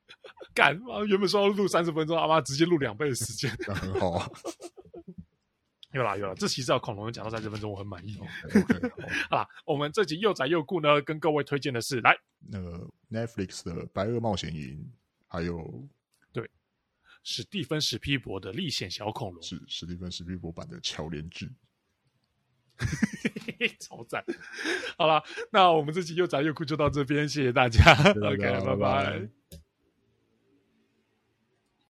A: 干妈原本说要录三十分钟，阿妈直接录两倍的时间。
B: 那很好啊。
A: 有啦有啦，这期至少恐龙讲到三十分钟，我很满 意。哦
B: OK，好。
A: 好啦，我们这集又宅又酷呢，跟各位推荐的是来
B: 那个 Netflix 的《白垩冒险营》，还有
A: 史蒂芬史皮伯的《历险小恐龙》
B: 史史蒂芬史匹伯版的《乔莲志》。
A: 嘿嘿，超赞。好啦，那我们这期又宅又酷就到这边，谢谢大家。
B: 谢谢大
A: OK，
B: 家
A: 拜
B: 拜拜